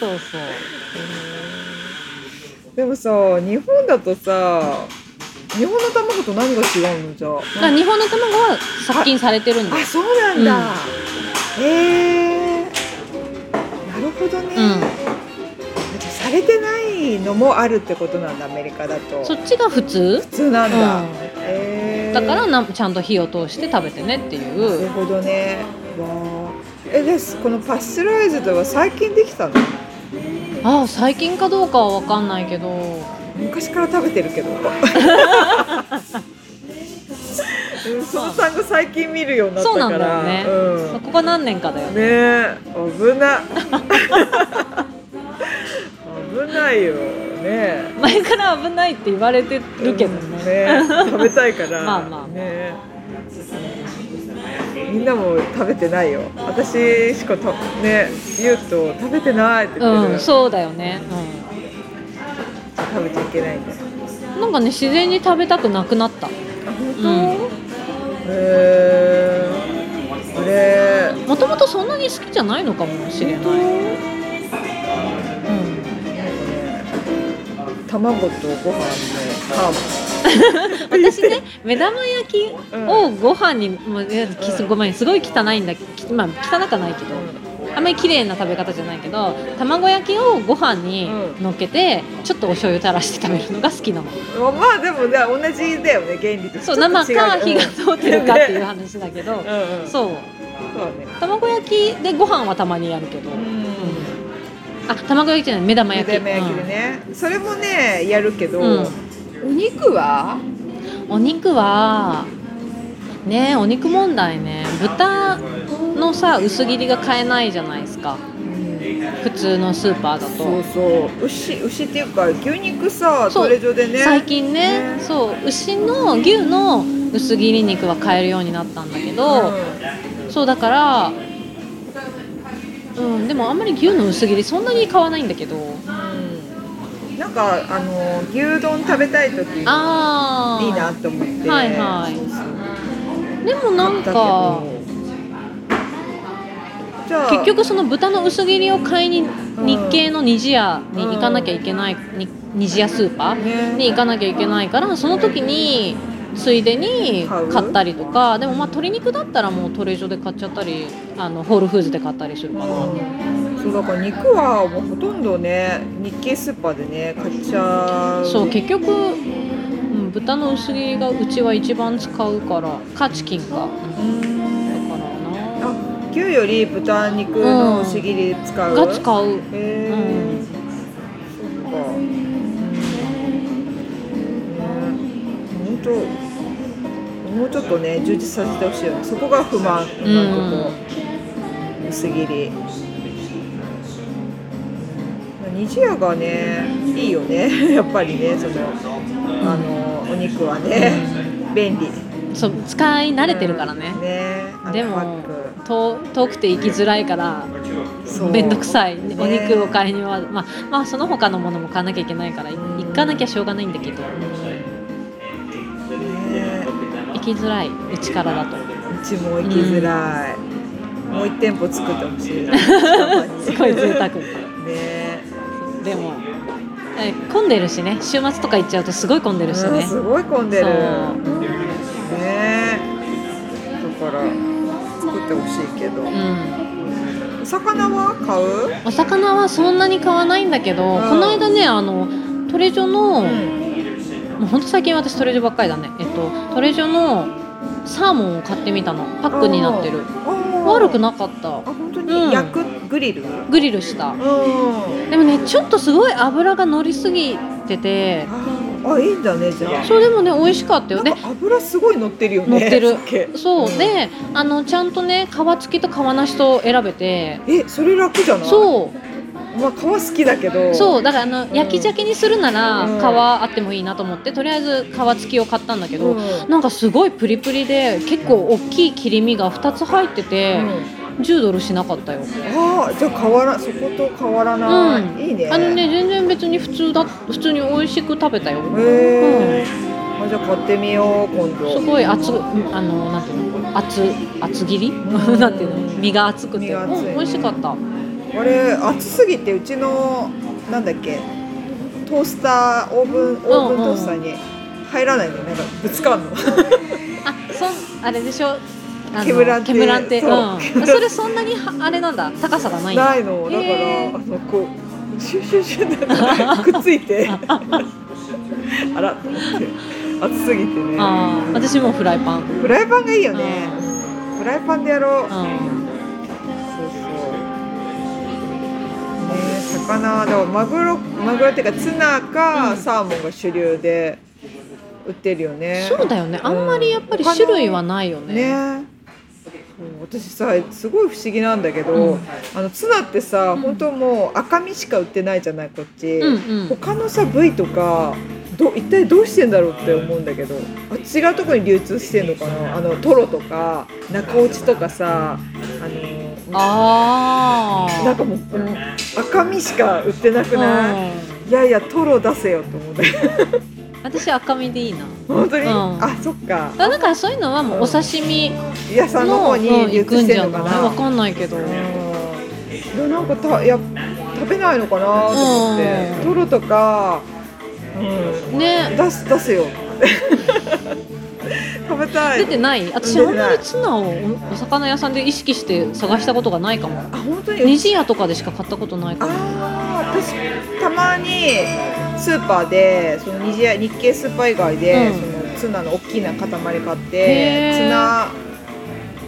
そうそうでもさ日本だとさ日本の卵と何が違うのじゃだからあ日本の卵は殺菌されてるんだあよそうなんだ、えー、なるほどね、うじゃあされてないのもあるってことなんだアメリカだとんそっちが普通普通なんだ、うんえだからなちゃんと火を通して食べてねっていなるうほどねわあえですこのパスチュライズドは最近できたのああ最近かどうかは分かんないけど昔から食べてる けどうんその単語最近見るようになったそうからなんだよね、うんここ何年かだよねねえ危な 危ないよね前から危ないって言われてるけどね、うんね食べたいから まあまあまあねみんなも食べてないよ私しかたね言うと食べてないって言ってうる、んそうだよね、食べちゃいけないんだようん、なんかね自然に食べたくなくなったあ本当へえあれもともとそんなに好きじゃないのかもしれない、うん、卵とご飯のハー私ね目玉焼きをご飯に、もういやきうんごめんすごい汚いんだきまあ汚くはないけどモあんまり綺麗な食べ方じゃないけど卵焼きをご飯にのっけて、ちょっとお醤油垂らして食べるのが好きなのン、まあでもね同じだよね原理とそうちょっ生と違うか火がうん通ってるかっていう話だけどうんうん、そうそうね卵焼きでご飯はたまにやるけど、うんあ卵焼きじゃない目玉目焼き玉焼きでね、それもねやるけど、うんお肉はうんお肉はねお肉問題ね豚のさ薄切りが買えないじゃないですか普通のスーパーだそうとそう牛牛っていうか牛肉さそうトレジョでね最近ねねそう牛の牛の薄切り肉は買えるようになったんだけど、そうだからうんでもあんまり牛の薄切りそんなに買わないんだけどうんなんかあの牛丼食べたい時にいいああなと思ってはいはいそうそうでもなんかじゃあ結局その豚の薄切りを買いに日系の二次屋に行かなきゃいけない、に二次屋スーパーねに行かなきゃいけないからその時についでに買う買ったりとかでもまあ鶏肉だったらもうトレジョで買っちゃったりあのホールフーズで買ったりするかな、うんそうだから肉はもうほとんどね日系スーパーでね買っちゃうそう結局、うん、豚の薄切りがうちは一番使うからかチキンか、ううんんだからなあ牛より豚肉の薄切り使う、が使うへえ、うんそっかうんね本当もうちょっとね充実させてほしいよねそこが不満今のとこ薄切り虹屋がねいいよね やっぱりねそのあのお肉はね便利そう使い慣れてるからね、ねあのでもパック遠遠くて行きづらいからそう面倒くさいおね肉を買いには、まあ、まあその他のものも買わなきゃいけないからいうん行かなきゃしょうがないんだけどね行きづらいうちからだとうちも行きづらい、もう一店舗作ってほしい すごい贅沢 ねでもえ混んでるしね週末とか行っちゃうとすごい混んでるしうんねすごい混んでるそうねだから作ってほしいけど、うんお魚は買うお魚はそんなに買わないんだけど、うんこの間ねあのトレジョの、うんもうほんと最近私トレジョばっかりだねえっとトレジョのサーモンを買ってみたのパックになってる悪くいなかったあ本当に、うん焼くグリルうんグリルしたあでもねちょっとすごい油が乗りすぎててあいいんだねじゃあそうでもね美味しかったなよんでか油すごい乗ってるよね乗ってる鮭そううんであのちゃんとね皮付きと皮なしと選べてえそれ楽じゃないそうまあ皮好きだけどうそうだからあの焼き鮭にするならうん皮あってもいいなと思ってとりあえず皮付きを買ったんだけうんどなんかすごいプリプリで結構大きい切り身が2つ入っててうん10ドルしなかったよああじゃあ変わらそこと変わらない、うんいいねあのね全然別に普通だ普通に美味しく食べたよへえ、あじゃあ買ってみよう今度すごい厚あのなんていうの厚厚切り んなんていうの身が厚く身て、が厚いうん美味しかったあれ暑すぎてうちのなんだっけトースターオーブンオーブントースターに入らないのよなんかぶつかんのあそんあれでしょあのケムランテケムランテそううん、それそんなにはあれなんだ高さがないんだないのだから、へーあのこ うシュッシュッシュッってくっついてあらと思って暑すぎてねああ私もフライパンフライパンがいいよねフライパンでやろうそううそうね魚はだからマグロマグロっていうかツナかサーモンが主流で売ってるよんねそうだよねあんまりやっぱり種類はないよねねそう私さすごい不思議なんだけど、うんあのツナってさ、ん本当もう赤身しか売ってないじゃないこっち、うんうん他のさ部位とかど一体どうしてんだろうって思うんだけどあ違うところに流通してんのかなあのトロとか中落ちとかさあのああなんかもううん赤身しか売ってなくない、いやいやトロ出せよと思ってうん私赤身でいいな本当に、うんあそっかあだからそういうのはもうお刺身屋さんのの方うんに流行通くしんてじんゃのなかいなわかんないけどいやなんかたいや食べないのかなと思って、うトんロとか、うん、ね出す出すよ 食べたい出てない私出あてんないまりツナをおお魚屋さんで意識して探したことがないかもあ本当に、ネジ屋とかでしか買ったことないかもああ私たまにスーパーでその日系日系スーパー以外で、うんそのツナの大きな塊買っへてーツナ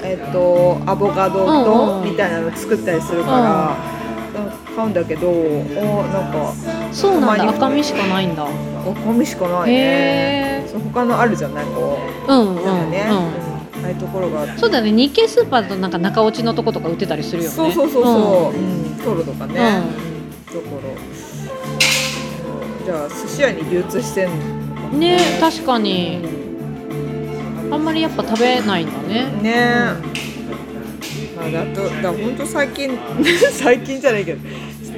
えっとアボカドうん丼うんみたいなの作ったりするから、買うんだけどおなんかそうなんだたまに赤身しかないんだ赤身しかないねへえそう他のあるじゃないこうんううんうなんかね、んうんああいうところがあってそうだね日系スーパーだとなんか中落ちのとことか売ってたりするよねそうそうそうそう、うんトロとかうんね、ところじゃあ寿司屋に流通してんのかうなんね確かにねあんまりやっぱ食べないんだねまあだとだから本当最近 最近じゃないけど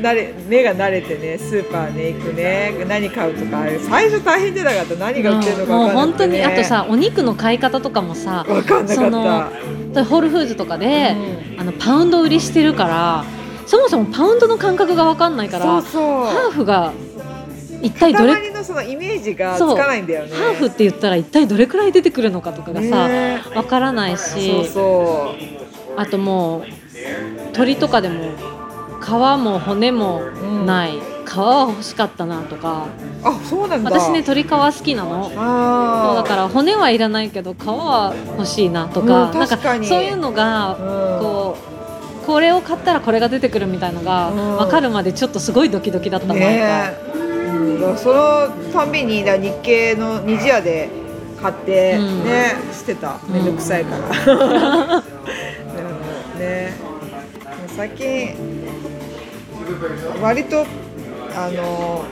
慣れ目が慣れてねスーパーね行くね何買うとかあれ最初大変じゃなかった何が売ってるのかもう分かんなく本当て、にね、あとさお肉の買い方とかもさ分かんなそかのっホールフーズとかた、で、うんあのパウンド売りしてるからそもそもパウンドの感覚が分かんないからそうそうハーフが一体どれ塊のそのイメージがつかないんだよね。ハーフって言ったら一体どれくらい出てくるのかとかがさ、ね分からないそうしそあともう鳥とかでも皮も骨もうんない、皮は欲しかったなとかう。あ、そうなんだ。私ね。鳥皮好きなのそうああ。だから骨はいらないけど皮は欲しいなとか,、うんなんか確かにそういうのがうん。こうこれを買ったらこれが出てくるみたいのがうん分かるまでちょっとすごいドキドキだったね前え。うん、だからそのたんびにだから日系の二次屋で買って、うんねしてたうんめんどくさいから、でもね最近割とあの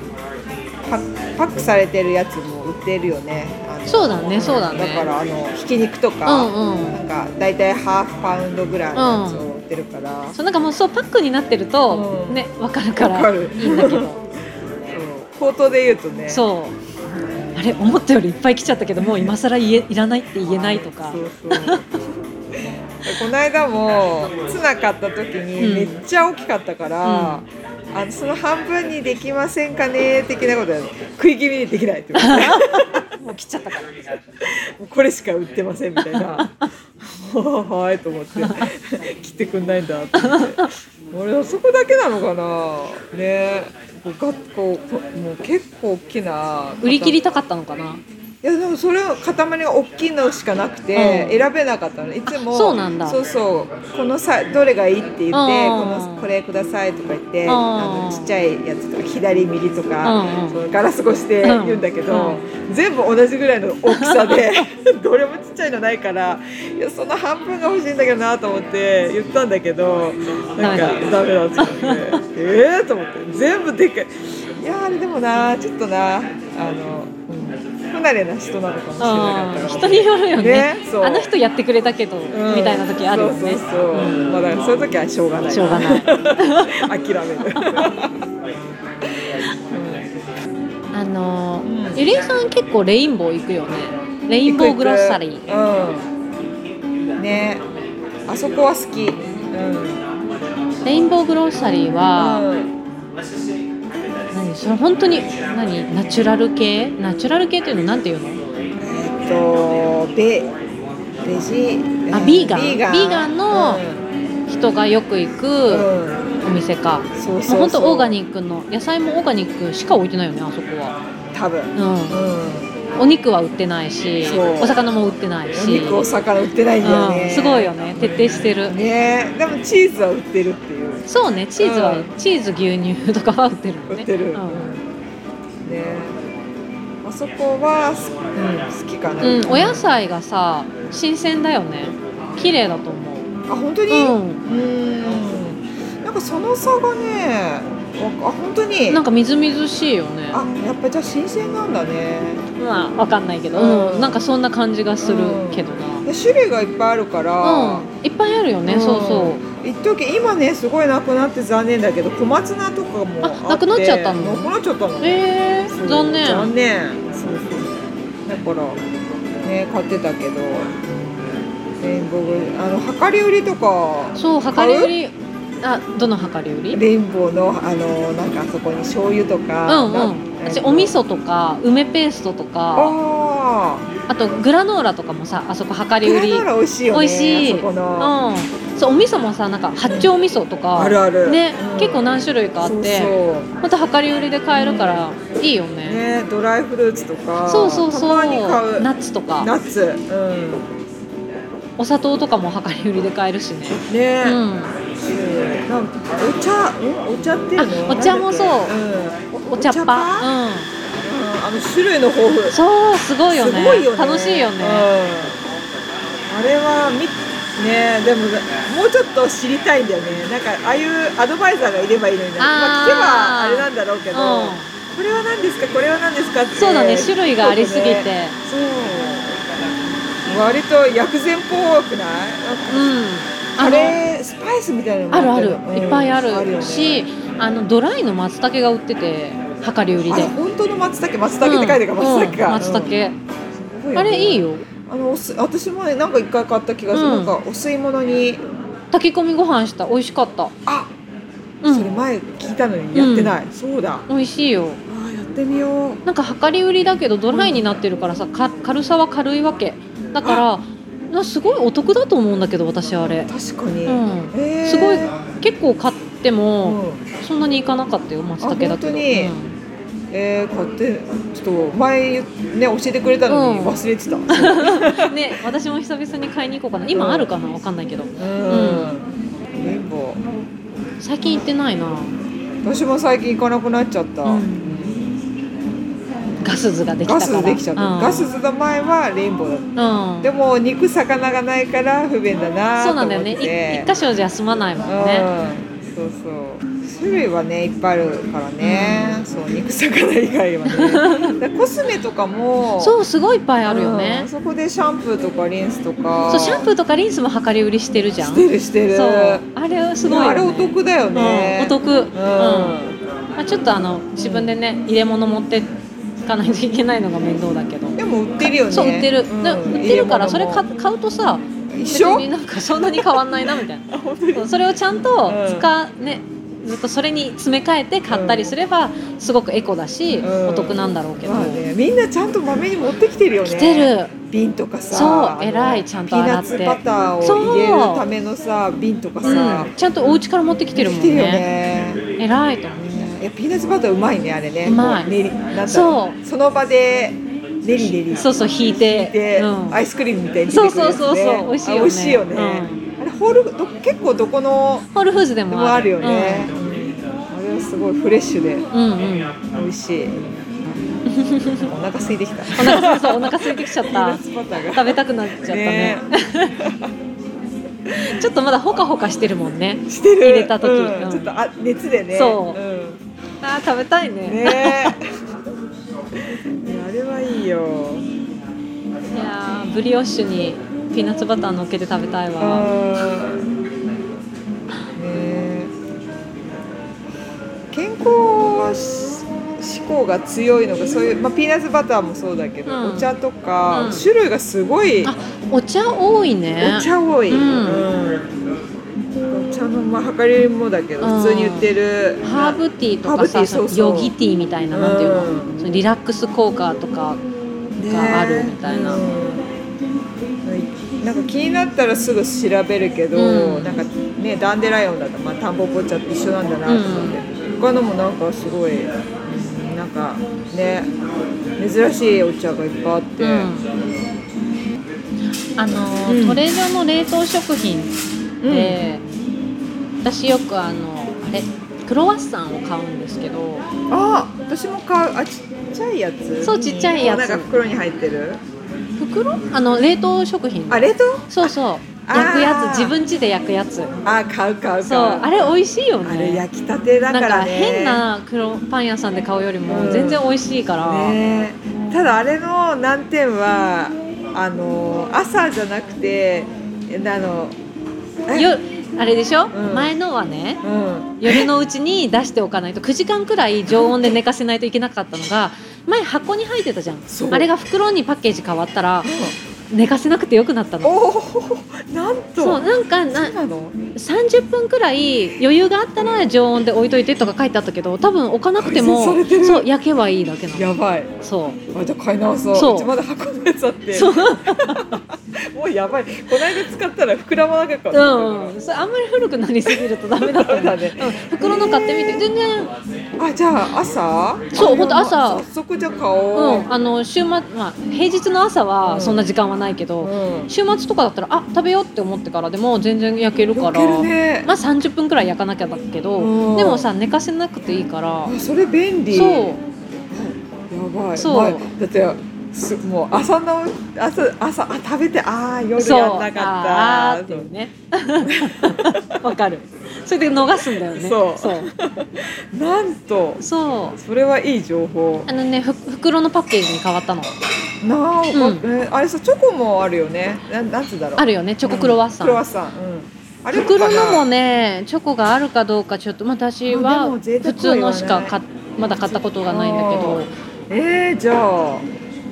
パパックされてるやつも売ってるよねあのそうだねそうだねからあのひき肉とうか、んうんなんか大体ハーフパウンドぐらいのやつを売ってるから、そうなんかもうそうパックになってると、うんね分かるかわからいるいんだけど 口頭で言うとねうそうあれ思ったよりいっぱい来ちゃったけどもう今更言えいらないって言えないとかそうそうこの間もツナ買った時にめうんっちゃ大きかったから、あのその半分にできませんかね的なことやる食い気味にできない ってこともう来ちゃったからもうこれしか売ってませんみたいなはーいと思って切ってくんないんだって俺はそこだけなのかなねこうがこうこうもう結構大きな売り切りたかったのかないやでもそれは塊が大きいのしかなくて、うん選べなかったのいつもあそうなんだそうそうこのさどれがいいって言ってこうんのこれくださいとか言ってうんあのちっちゃいやつとか左右とかうんうんそのガラス越しで言うんだけど、全部同じぐらいの大きさで どれもちっちゃいのないからいやその半分が欲しいんだけどなと思って言ったんだけどなんかダメだって言 ってええと思って全部でっかいいやーあれでもなちょっとなあの、うん、不慣れな人なのかもしれなかったうんから人によるよねねそうあの人やってくれたけど、うんみたいな時あるよねそうそうそう、まあだからそういう時はしょうがないしょうがない 諦める あのうんーゆりえさん結構レインボー行くよねレインボーグロッサリーーうんねあそこは好きうんレインボーグロッサリーは、うん何それ本当に何ナチュラル系ナチュラル系っていうのなんていうのえっとベベジあうんビーガンビーガンビーガンの人がよく行うくん、うんお店か、そうそうもそうう本当オーガニックの野菜もオーガニックしか置いてないよねあそこは多分うんうんお肉は売ってないしそうお魚も売ってないおし肉お魚売ってないんだようねんすごいよね徹底してる、ねでもチーズは売ってるっていうそうねチーズは、うんチーズ牛乳とかは売ってるもんね売ってるうんねあそこは、うん、好きかな、うんお野菜がさ新鮮だよね綺麗だと思うあ本当にううんなんかその差がねわあ本当になんかみずみずしいよねあやっぱじゃあ新鮮なんだねまあわかんないけど、うんうんなんかそんな感じがするけどなで種類がいっぱいあるから、うん、いっぱいあるよね、うんそうそう一時今ねすごいなくなって残念だけど小松菜とかもああってなくなっちゃったのなくなっちゃったのえそうー、残念残念そうそうだからね買ってたけどレインボーあの量り売りとかそう量り売りあどの量り売りレインボーのあのなんかあそこに醤油とうかんうんな私お味噌とか梅ペーストとかああとグラノーラとかもさあそこ量あり売りなら美味しいよね美味しいあそこの、うんそうお味噌もさなんか八丁味噌とかあるあるね、うん結構何種類かあってそうまた量り売りで買えるからいいよそうねねドライフルーツとかそうそうそうたまに買うナッツとかナッツうんお砂糖とかも量り売りで買えるしねね、うんうんなんかお茶んお茶っていうのあお茶もそうなんだっけうんお茶っおうん葉あの種類の豊富うんそうすごいよねすごいよね楽しいようんね、あれはみねでももうちょっと知りたいんだよねなんかああいうアドバイザーがいればいいのになあーまあ、聞けばあれなんだろうけど、うんこれは何ですかこれは何ですかってそうだね種類がありすぎて、そう割と薬膳っぽくないなんかうんあのれスパイスみたいなのもあるあるっての、うんいっぱいあるよねし、あのドライの松茸が売ってて、量り売りあでれ。本当の松茸松茸って書いてるから、うん松茸うんか、松茸。うんあれいいよ。あのおす私もねなんか一回買った気がする、うんなんかお吸い物に炊き込みご飯した、美味しかった。あ、うそれん。前聞いたのにやってない、そうだあ美味しいよ。ーやってみようなんか量り売りだけど、ドライになってるからさ、か軽さは軽いわけ。だから、なすごいお得だと思うんだけど、私あれ。確かに、うんえーすごい、結構買っても、うんそんなにいかなかったよ、松茸だけあ本当ど。にうんえー、買ってちょっと前ね教えてくれたのにうん忘れてた、うんね、私も久々に買いに行こうかな。今あるかな、わかんないけど。レインボー最近行ってないな。私も最近行かなくなっちゃった、ガス図ができたガかスらズできちゃった、うん、ガスズの前はレインボーだったうんでも肉魚がないから不便だなそとうな思っんだてよねい一箇所じゃ済まないもんねうんそうそう種類はねいっぱいあるからね、そう肉魚以外はねで コスメとかもそううすごいいっぱいあるよんねあ、そこでシャンプーとかリンスとかそうシャンプーとかリンスも量り売りしてるじゃんしてるしてるそうあれすごいよ、ね、あれお得だよね、うんお得うん、うん、まあ、ちょっとあの自分でね入れ物持っていかないといけないのが面倒だけどでも売ってるよねそう売ってる、うんで売ってるからそ入れ物かも買うとさ一緒別になんかそんなに変わんないなみたいなあ本当にそうそれをちゃんとうん使、ねずっとそれに詰め替えて買ったりすればすごくエコだし、うんお得なんだろうけど、まあね、みんなちゃんと豆に持ってきてるよね来てる瓶とかさそうえ偉らいちゃんと洗ってピーナッツバターを入れるためのさ瓶とかさ、うん、ちゃんとお家から持ってきてるもん来てるよねね偉いと思ういやピーナッツバターうまいねあれねうまいこ練りなんだろうそその場で練り練りそうそう引いてで、うんアイスクリームみたいに出てくるやつねそうそうそうそう美味しいよあね美味しいよね、あれホールど結構どこのホールフーズででももああるるよね、あれはすごいフレッシュでうん、うんうん美味 しいお腹空いてきたお腹そうそうお腹空いてきちゃっピーナたッツバターが食べたくなっちゃったね ちょっとまだほかほかしてるもんねしてる入れた時うんうんちょっとあ熱でねそうんあー食べたいねね いやあれはいいよいやーブリオッシュにピーナッツバター乗っけて食べたいわうんね健康し志向が強いのがそういう、まあ、ピーナッツバターもそうだけど、うおん茶とか、うん種類がすごいあお茶多いねお茶多い、うんうんお茶のまあ量りもだけど普通に売ってる、ハーブティーとかハーブティーさそうそうヨギティーみたいななんていうの,、うんそのリラックス効果とかがあるみたいなねうんなんか気になったらすぐ調べるけど、うんなんかねダンデライオンだと、まあ、タンポポ茶って一緒なんだなと思って、他のもなんかすごいうんなんかね珍しいお茶がいっぱいあって、あの、うんトレードの冷凍食品で、私よくあのあれクロワッサンを買うんですけどあ私も買うあちっちゃいやつそうちっちゃいやつこうなんか袋に入ってる袋あの冷凍食品あ冷凍そうそうあー焼くやつ自分家で焼くやつあ買う買う買うそうあれ美味しいよねあれ焼きたてだなかんからね変な黒パン屋さんで買うよりうもん全然美味しいから、ねえただあれの難点はあの朝じゃなくてあのえよあれでしょ、ん前のはねうん夜のうちに出しておかないと9時間くらい常温で寝かせないといけなかったのが前箱に入ってたじゃんそうあれが袋にパッケージ変わったら寝かせなくてよくなったのおおなんとそうなんかなそうなの30分くらい余裕があったら常温で置いといてとか書いてあったけど多分置かなくても改善されてるそう焼けばいいだけなのやばいそあじゃあ買い直そうそううちまだ箱のやつあってうそうもうやばいこの間使ったら膨らまなかったからうん、それあんまり古くなりすぎるとダメだったダメだねうん、袋の買ってみて全然、あじゃあ朝そうあほんと朝早速じゃあ買おうう、ん、あの週末、まあ、平日の朝はそんな時間はないけど、うん週末とかだったらあ食べようって思ってからでも全然焼けるか焼らけるねまあ、30分くらい焼かなきゃだけど、うんでもさ寝かせなくていいからあそれ便利そうやばいそうまあだってすもう朝の朝朝あ食べてああ夜そうやんなあかーっってたいうね わかるそれで逃すんだよねそうそうなんとそうそれはいい情報あのねふ袋のパッケージに変わったのなあ、んおえあれさチョコもあるよねななんつうんだろうあるるよねチョコクロワッサン、クロワッサン、うん、あれ袋のもねねチョコがあるかどうかちょっとまあ私あはでも贅沢普は言通わなのいしか買っまだ買ったことがないんだけどえー、じゃあ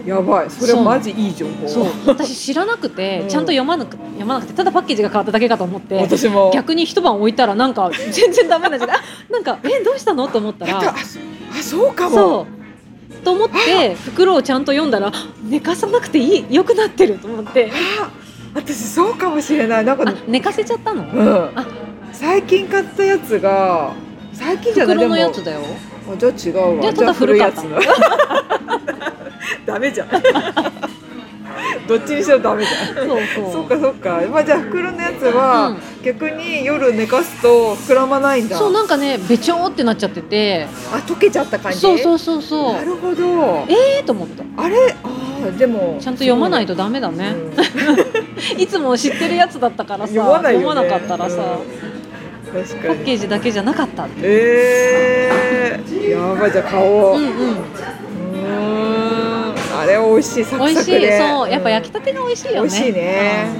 やばいそれそうマジいい情報そう私知らなくて、うんちゃんと読まなく読まなくてただパッケージが変わっただけかと思って私も逆に一晩置いたらなんか全然ダメなんじゃないあなんかえどうしたのと思ったあらあそうかもそうと思って袋をちゃんと読んだら寝かさなくていい良くなってると思ってあ私そうかもしれないなんかあ寝かせちゃったのうんあ最近買ったやつが最近じゃない袋のやでつだよもあじゃあ違うわじゃあただ古かったじゃあ古いやつだ ダメじゃんどっちにしろダメじゃんそうそうそうかそうか、まあ、じゃあ袋のやつうんは逆に夜寝かすと膨らまないんだ、そうなんかねべちょーってなっちゃっててあ溶けちゃった感じそうそううそうそうなるほどええー、と思ってあれあーでもちゃんと読まないととダメだね、いつも知ってるやつだったからさ読まないよね読まなかったらさ、確パかッにケージだけじゃなかったってえー、やばいじゃあ買おう、うんうんうーんあれ美味しいサ美ク味サしクでいそうやっぱ焼ききたてが美味しい美よね味しいね、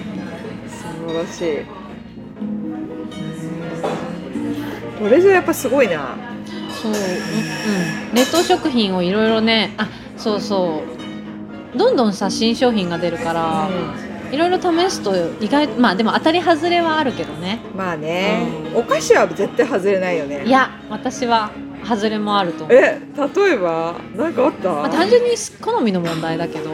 素晴らしいうんトレジャーやっぱすごいなうんそう、うんうん、冷凍食品をいろいろねあそうそうどんどんさ新商品が出るからいろいろ試すと意外まあでも当たり外れはあるけどねまあね、お菓子は絶対外れないよねいや私は外れもあると思うえ例えば何かあった、まあ、単純に好みの問題だけど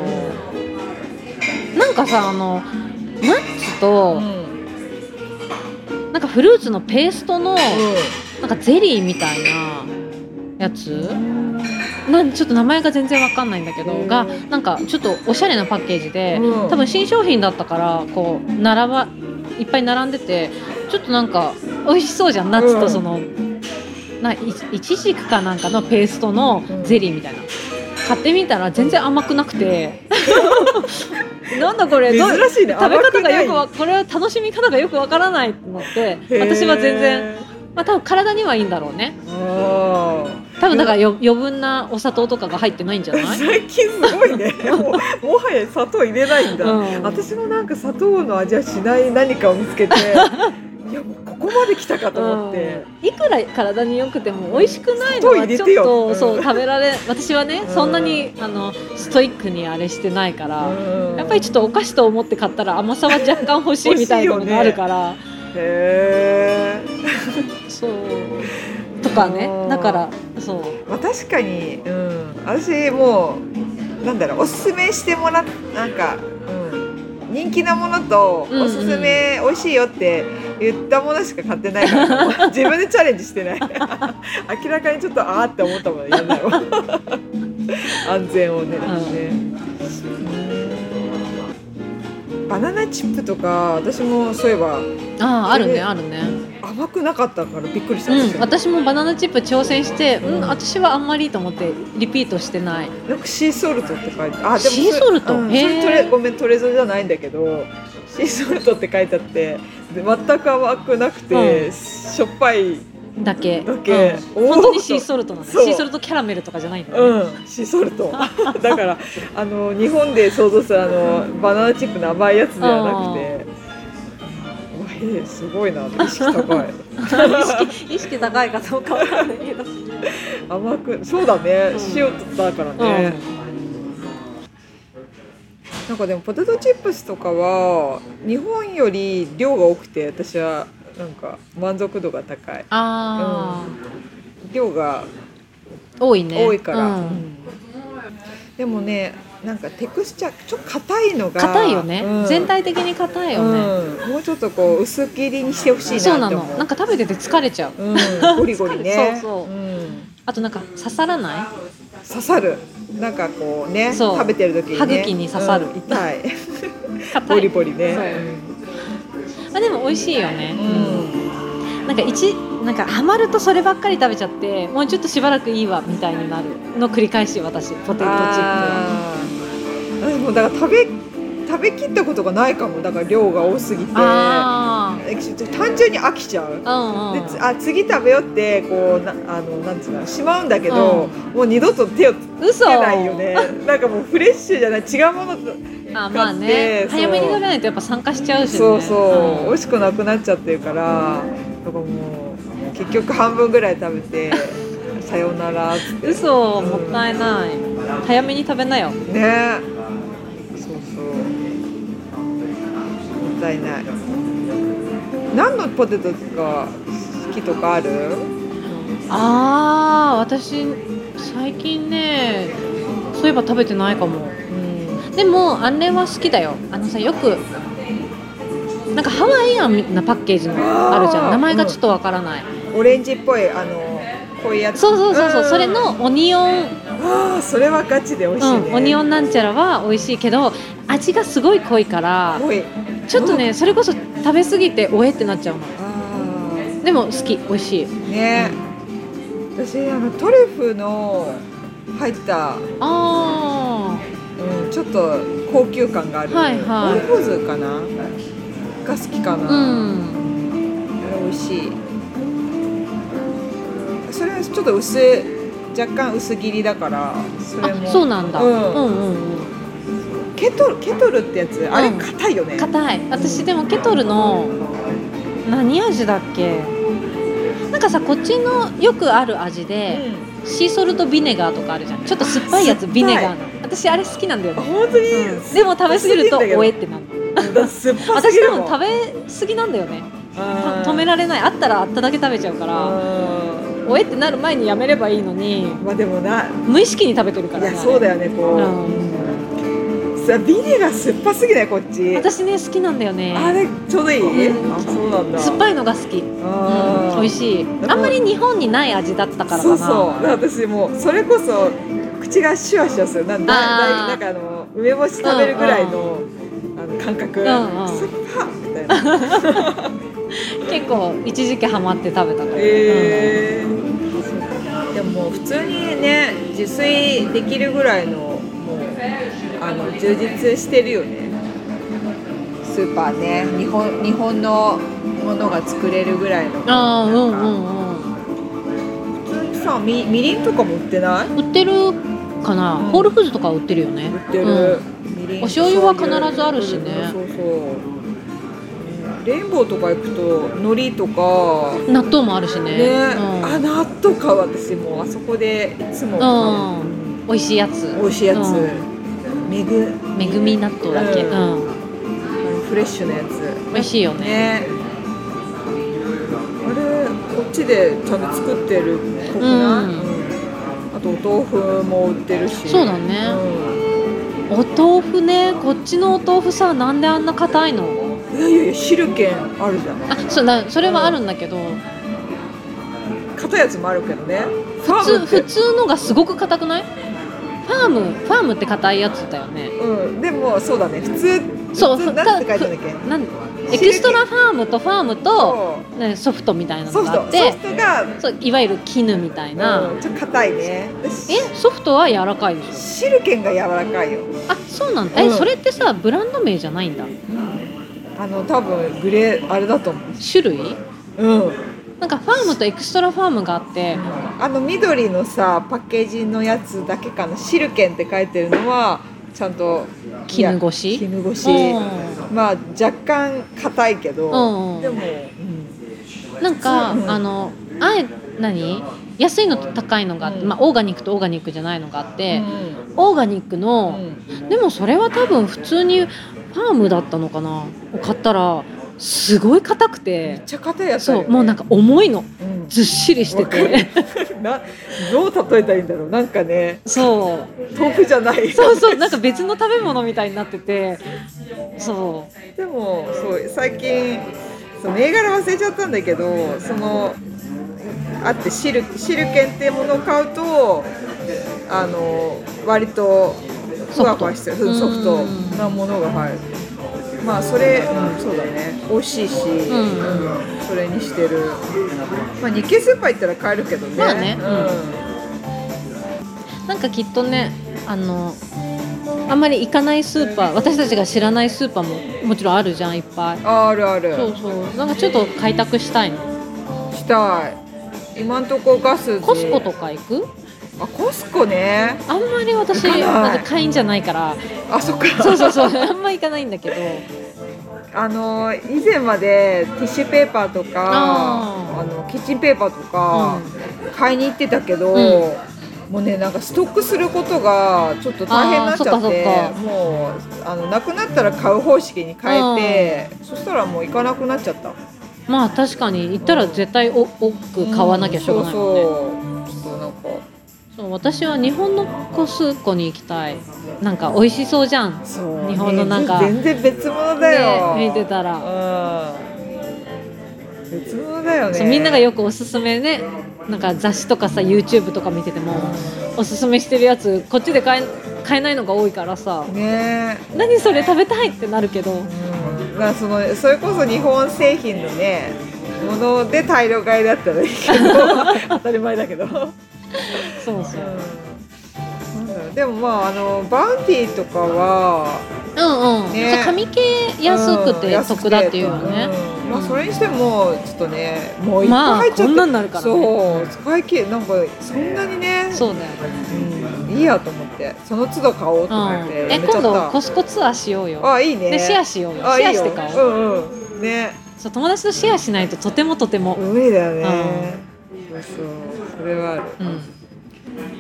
なんかさあのナッツうとんうんなんかフルーツのペーストのなんかゼリーみたいなやつなんちょっと名前が全然わかんないんだけうどんがなんかちょっとおしゃれなパッケージでうん多分新商品だったからこう並ばいっぱい並んでてちょっとなんか美味しそうじゃんナッツとそのないいちじくかなんかのペーストのゼリーみたいな買ってみたら全然甘くなくてなんだこれどう珍しいね食べ甘方くがなよいくわこれは楽しみ方がよくわからないってなって私は全然へーまあ多分体にはいいんだろうねあー多分だからよ余分なお砂糖とかが入ってないんじゃない最近すご いねもうもはや砂糖入れないんだ、うん私もなんか砂糖の味はしない何かを見つ けていやもうここまで来たかと思って、うんいくら体に良くても美味しくないの砂は糖入れちょてよっと、うんそう食べられ私はね、うんそんなにあのストイックにあれしてないから、うんやっぱりちょっとお菓子と思って買ったら甘さは若干欲しいみたいなのがあるから、へーそうとかねうんだからそうまあ確かに、うん、私もうなんだろうおすすめしてもらっなんか、うん、人気なものとうんうんおすすめ美味しいよって言ったものしか買ってないから 自分でチャレンジしてない明らかにちょっとああって思ったものやんないわ安全をねって、バナナチップとか私もそういえばあああるねあるね甘くなかったからびっくりしたんですうんよ、私もバナナチップ挑戦してうん、うん私はあんまりと思ってリピートしてないなんかシーソルトって書いてあそれシーソルトうん、そへーれトレごめんトレゾじゃないんだけどシーソルトって書いてあってで全く甘くなくて、うしょっぱいだけだけうん、おー本当にシーソルトなのねシそうーソルトキャラメルとかじゃないんだねうん、シーソルト だからあの日本で想像するあのバナナチップの甘いやつではなくておへすごいな意識高い 意識意識高いかどうかわかんないけど、甘くそうだね、うん塩とだからね、なんかでもポテトチップスとかは日本より量が多くて私はなんか満足度が高いああ、量が多いね多いから、ううんんでもねなんかテクスチャーちょっと硬いのが硬いよね、うん全体的に硬いよね、うん、もうちょっとこう薄切りにしてほしいそうななっての思うなんか食べてて疲れちゃううん、ゴリゴリね そうそうんあとなんか刺さらない刺さるなんかこうねそう食べてる時に、ね、歯茎に刺さるうん痛い硬ボリいボリねそうあでも美味しいよね、うんなんか一なんかハマるとそればっかり食べちゃってもうちょっとしばらくいいわみたいになるの繰り返し私ポテトチッあーでもだから食べ食べきったことがないかもだから量が多すぎてプあ単純に飽きちゃうあうんうでんつあ次食べようってこうなあのなんつうのしまうんだけど、もう二度と手をつ嘘けないよねなんかもうフレッシュじゃない違うものとあまあねそう早めに食べないとやっぱ酸化しちゃうしねそうそう、美ん味しくなくなっちゃってるからだからもう結局半分ぐらい食べてさよならっつって嘘もったいない早めに食べなよねそうそうもったいない何のポテトが好きとかあるああ私最近ねそういえば食べてないかもうんでもあれは好きだよあのさよくなんかハワイアンなパッケージのあるじあゃんー名前がちょっとわからない、オレンジっぽいあのこういうやつそうそうそうそう、んそれのオニオン、ああそれはガチで美味うしいね、ん、オニオンなんちゃらは美味しいけど味がすごい濃いから濃いちょっとねそれこそ食べ過ぎておえってなっちゃうのあでも好き美味しいあね私あのトリュフの入った、あうん、ちょっと高級感がある、はいはいオルフォーズかなが好きかあうな、んあれ美味しいそれはちょっと薄い若干薄切りだからそれもあそうなんだ、う、うんんうんうんケトルケトルってやつあれうん硬いよね、硬い私でもケトルの何味だっけなんかさこっちのよくある味で、うんシーソルトビネガーとかあるじゃんちょっと酸っぱいやつ酸っぱいビネガーなの私あれ好きなんだよあね、本当に、うんでも食べ過ぎる酸っぱすぎんとだけどおえってなる酸っぱすぎ私でるもんも食べ過ぎなんだよねた止止められないあったらあっただけ食べちゃうからおえってなる前にやめればいいのにまあでもな無意識に食べてるかいらやそうだよ、よねうこん、うさビネが酸っぱすぎないこっち私ね好きなんだよあねれちょうどいいうんあそうなんだ酸っぱいのが好きあーうん美味しいだからあんまり日本にない味だったからかそなうそうだから私もうそれこそ口がシュワシュワするなんだあーだいなんかあの梅干し食べるぐらいのあの感覚んうん酸っぱみたい な結構一時期ハマって食べたから、えーでももう普通にね自炊できるぐらいのもうあの充実してるよねスーパーね日本日本のものが作れるぐらいのうんああうんうなんかん普通にさみみりんとかも売ってないうん売ってるかな、うんホールフーズとかは売ってるよね売ってる、うんみりんお醤油は必ずあるしねうんそうそうレインボーとか行くと海苔とか納豆もあるしねね、うんあ納豆か私もうあそこでいつも買う、美味しいやつ美味しいやつ、うめぐんめぐみ納豆だっけ、ううんんフレッシュなやつ美味しいよねねあれこっちでちゃんと作ってるっぽくない、うんあとお豆腐も売ってるしそうだねうんお豆腐ねこっちのお豆腐さなんであんな硬いのいやいやいや汁券あるじゃんあそうなそれはあるんだけど硬いやつもあるけどね普普通普通のがすごく硬くないファームファームって硬いやつだよねうん、でもそうだね普通そう普通なんて書いてんだっけなんエクストラファームとファームと、そね、ソフトみたいうなソのフがあトソってフトが、そういわゆる絹みたいな、うん、ちょっと硬いねえソフトは柔らかいでしょシルケンが柔らかいよあそうなんだえ、うんそれってさブランド名じゃないんだあの多分グレーあれだと思種類ううんなんかファームとエクストラファームがあってあの緑のさパッケージのやつだけかなシルケンって書いてるのはちゃんと絹越しいや絹越しうまあ若干硬いけど、うんうんでも、うんなんか、うんあのあえ何安いのと高いのがあって、うんまあ、オーガニックとオーガニックじゃないのがあって、うんオーガニックうの、んでもそれは多分普通にファームだったのかなを買ったらすごい硬くめてっちゃ硬いやつあるよそねうもうなんか、重いのうんずっしりしてわて などう例えたらいいんだろうなんかねそう豆腐じゃないそうそうなんか別の食べ物みたいになっててそでもそう最近そう銘柄忘れちゃったんだけどそのあってシルシルケンっていうものを買うとあの割とふわふわしてるソフトうんソフトうんなものが入るまあそれ、うん、そうだね美味しいし、んうんそれにしてるまあ日系スーパー行ったら買えるけどねまあねうんうなんかきっとねあのあんまり行かないスーパー私たちが知らないスーパーももちろんあるじゃんいっぱいああるあるそうそうなんかちょっと開拓したいのしたい今んとこガスコスコとか行くあコスコねあんまり私行かないまず会員じゃないからあそっかそうそうそうあんま行かないんだけどあの以前までティッシュペーパーとかああーのキッチンペーパーとか買いに行ってたけど、うんもうねなんかストックすることがちょっと大変になっちゃあっーそっかてそっかもうあのなくなったら買う方式に変えてそしたらもう行かなくなっちゃったまあ確かに行ったら絶対お多く買わなきゃしょうがないもんね、そうそうちょっとなんかそう私は日本のコスコに行きたいなんか美味しそうじゃんそう日本のなんかね全然別物だよ、ね見てたらうん別物だよねそうみんながよくおすすめねなんか雑誌とかさ YouTube とか見ててもおすすめしてるやつこっちで買え買えないのが多いからさね何それ食べたいってなるけどうんまあそのそれこそ日本製品のねもので大量買いだったらいいけど 当たり前だけど、うん、なんそうそうだろうでもまああのバウンティーとかはうんうん、ねそう紙系安うくんて安得だっていうよね、うんまあ、それにしてもちょっとねもういっまあぱい入っちゃこっんて、なんなるからねそう使い切るなんかそんなにねそうだよね、うんいいやと思ってその都度買おうとう思っん、てえやめちゃ今っ度たコスコツアーしようよ、あいいねでシェアしようよあシェいアいよして買おううんうんねそう友達とシェアしないととてもとても無理だよね、そうそうそれはあるうん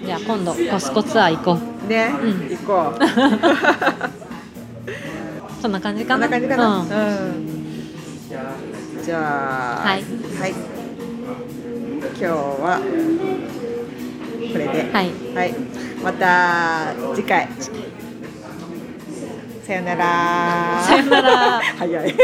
じゃあ今度コスコツアー行こうね、うん行こうそんな感じこかんなな感じかな、ううんんじゃあはいはい今日はこれでははいはい、また次回さよならさよなら早い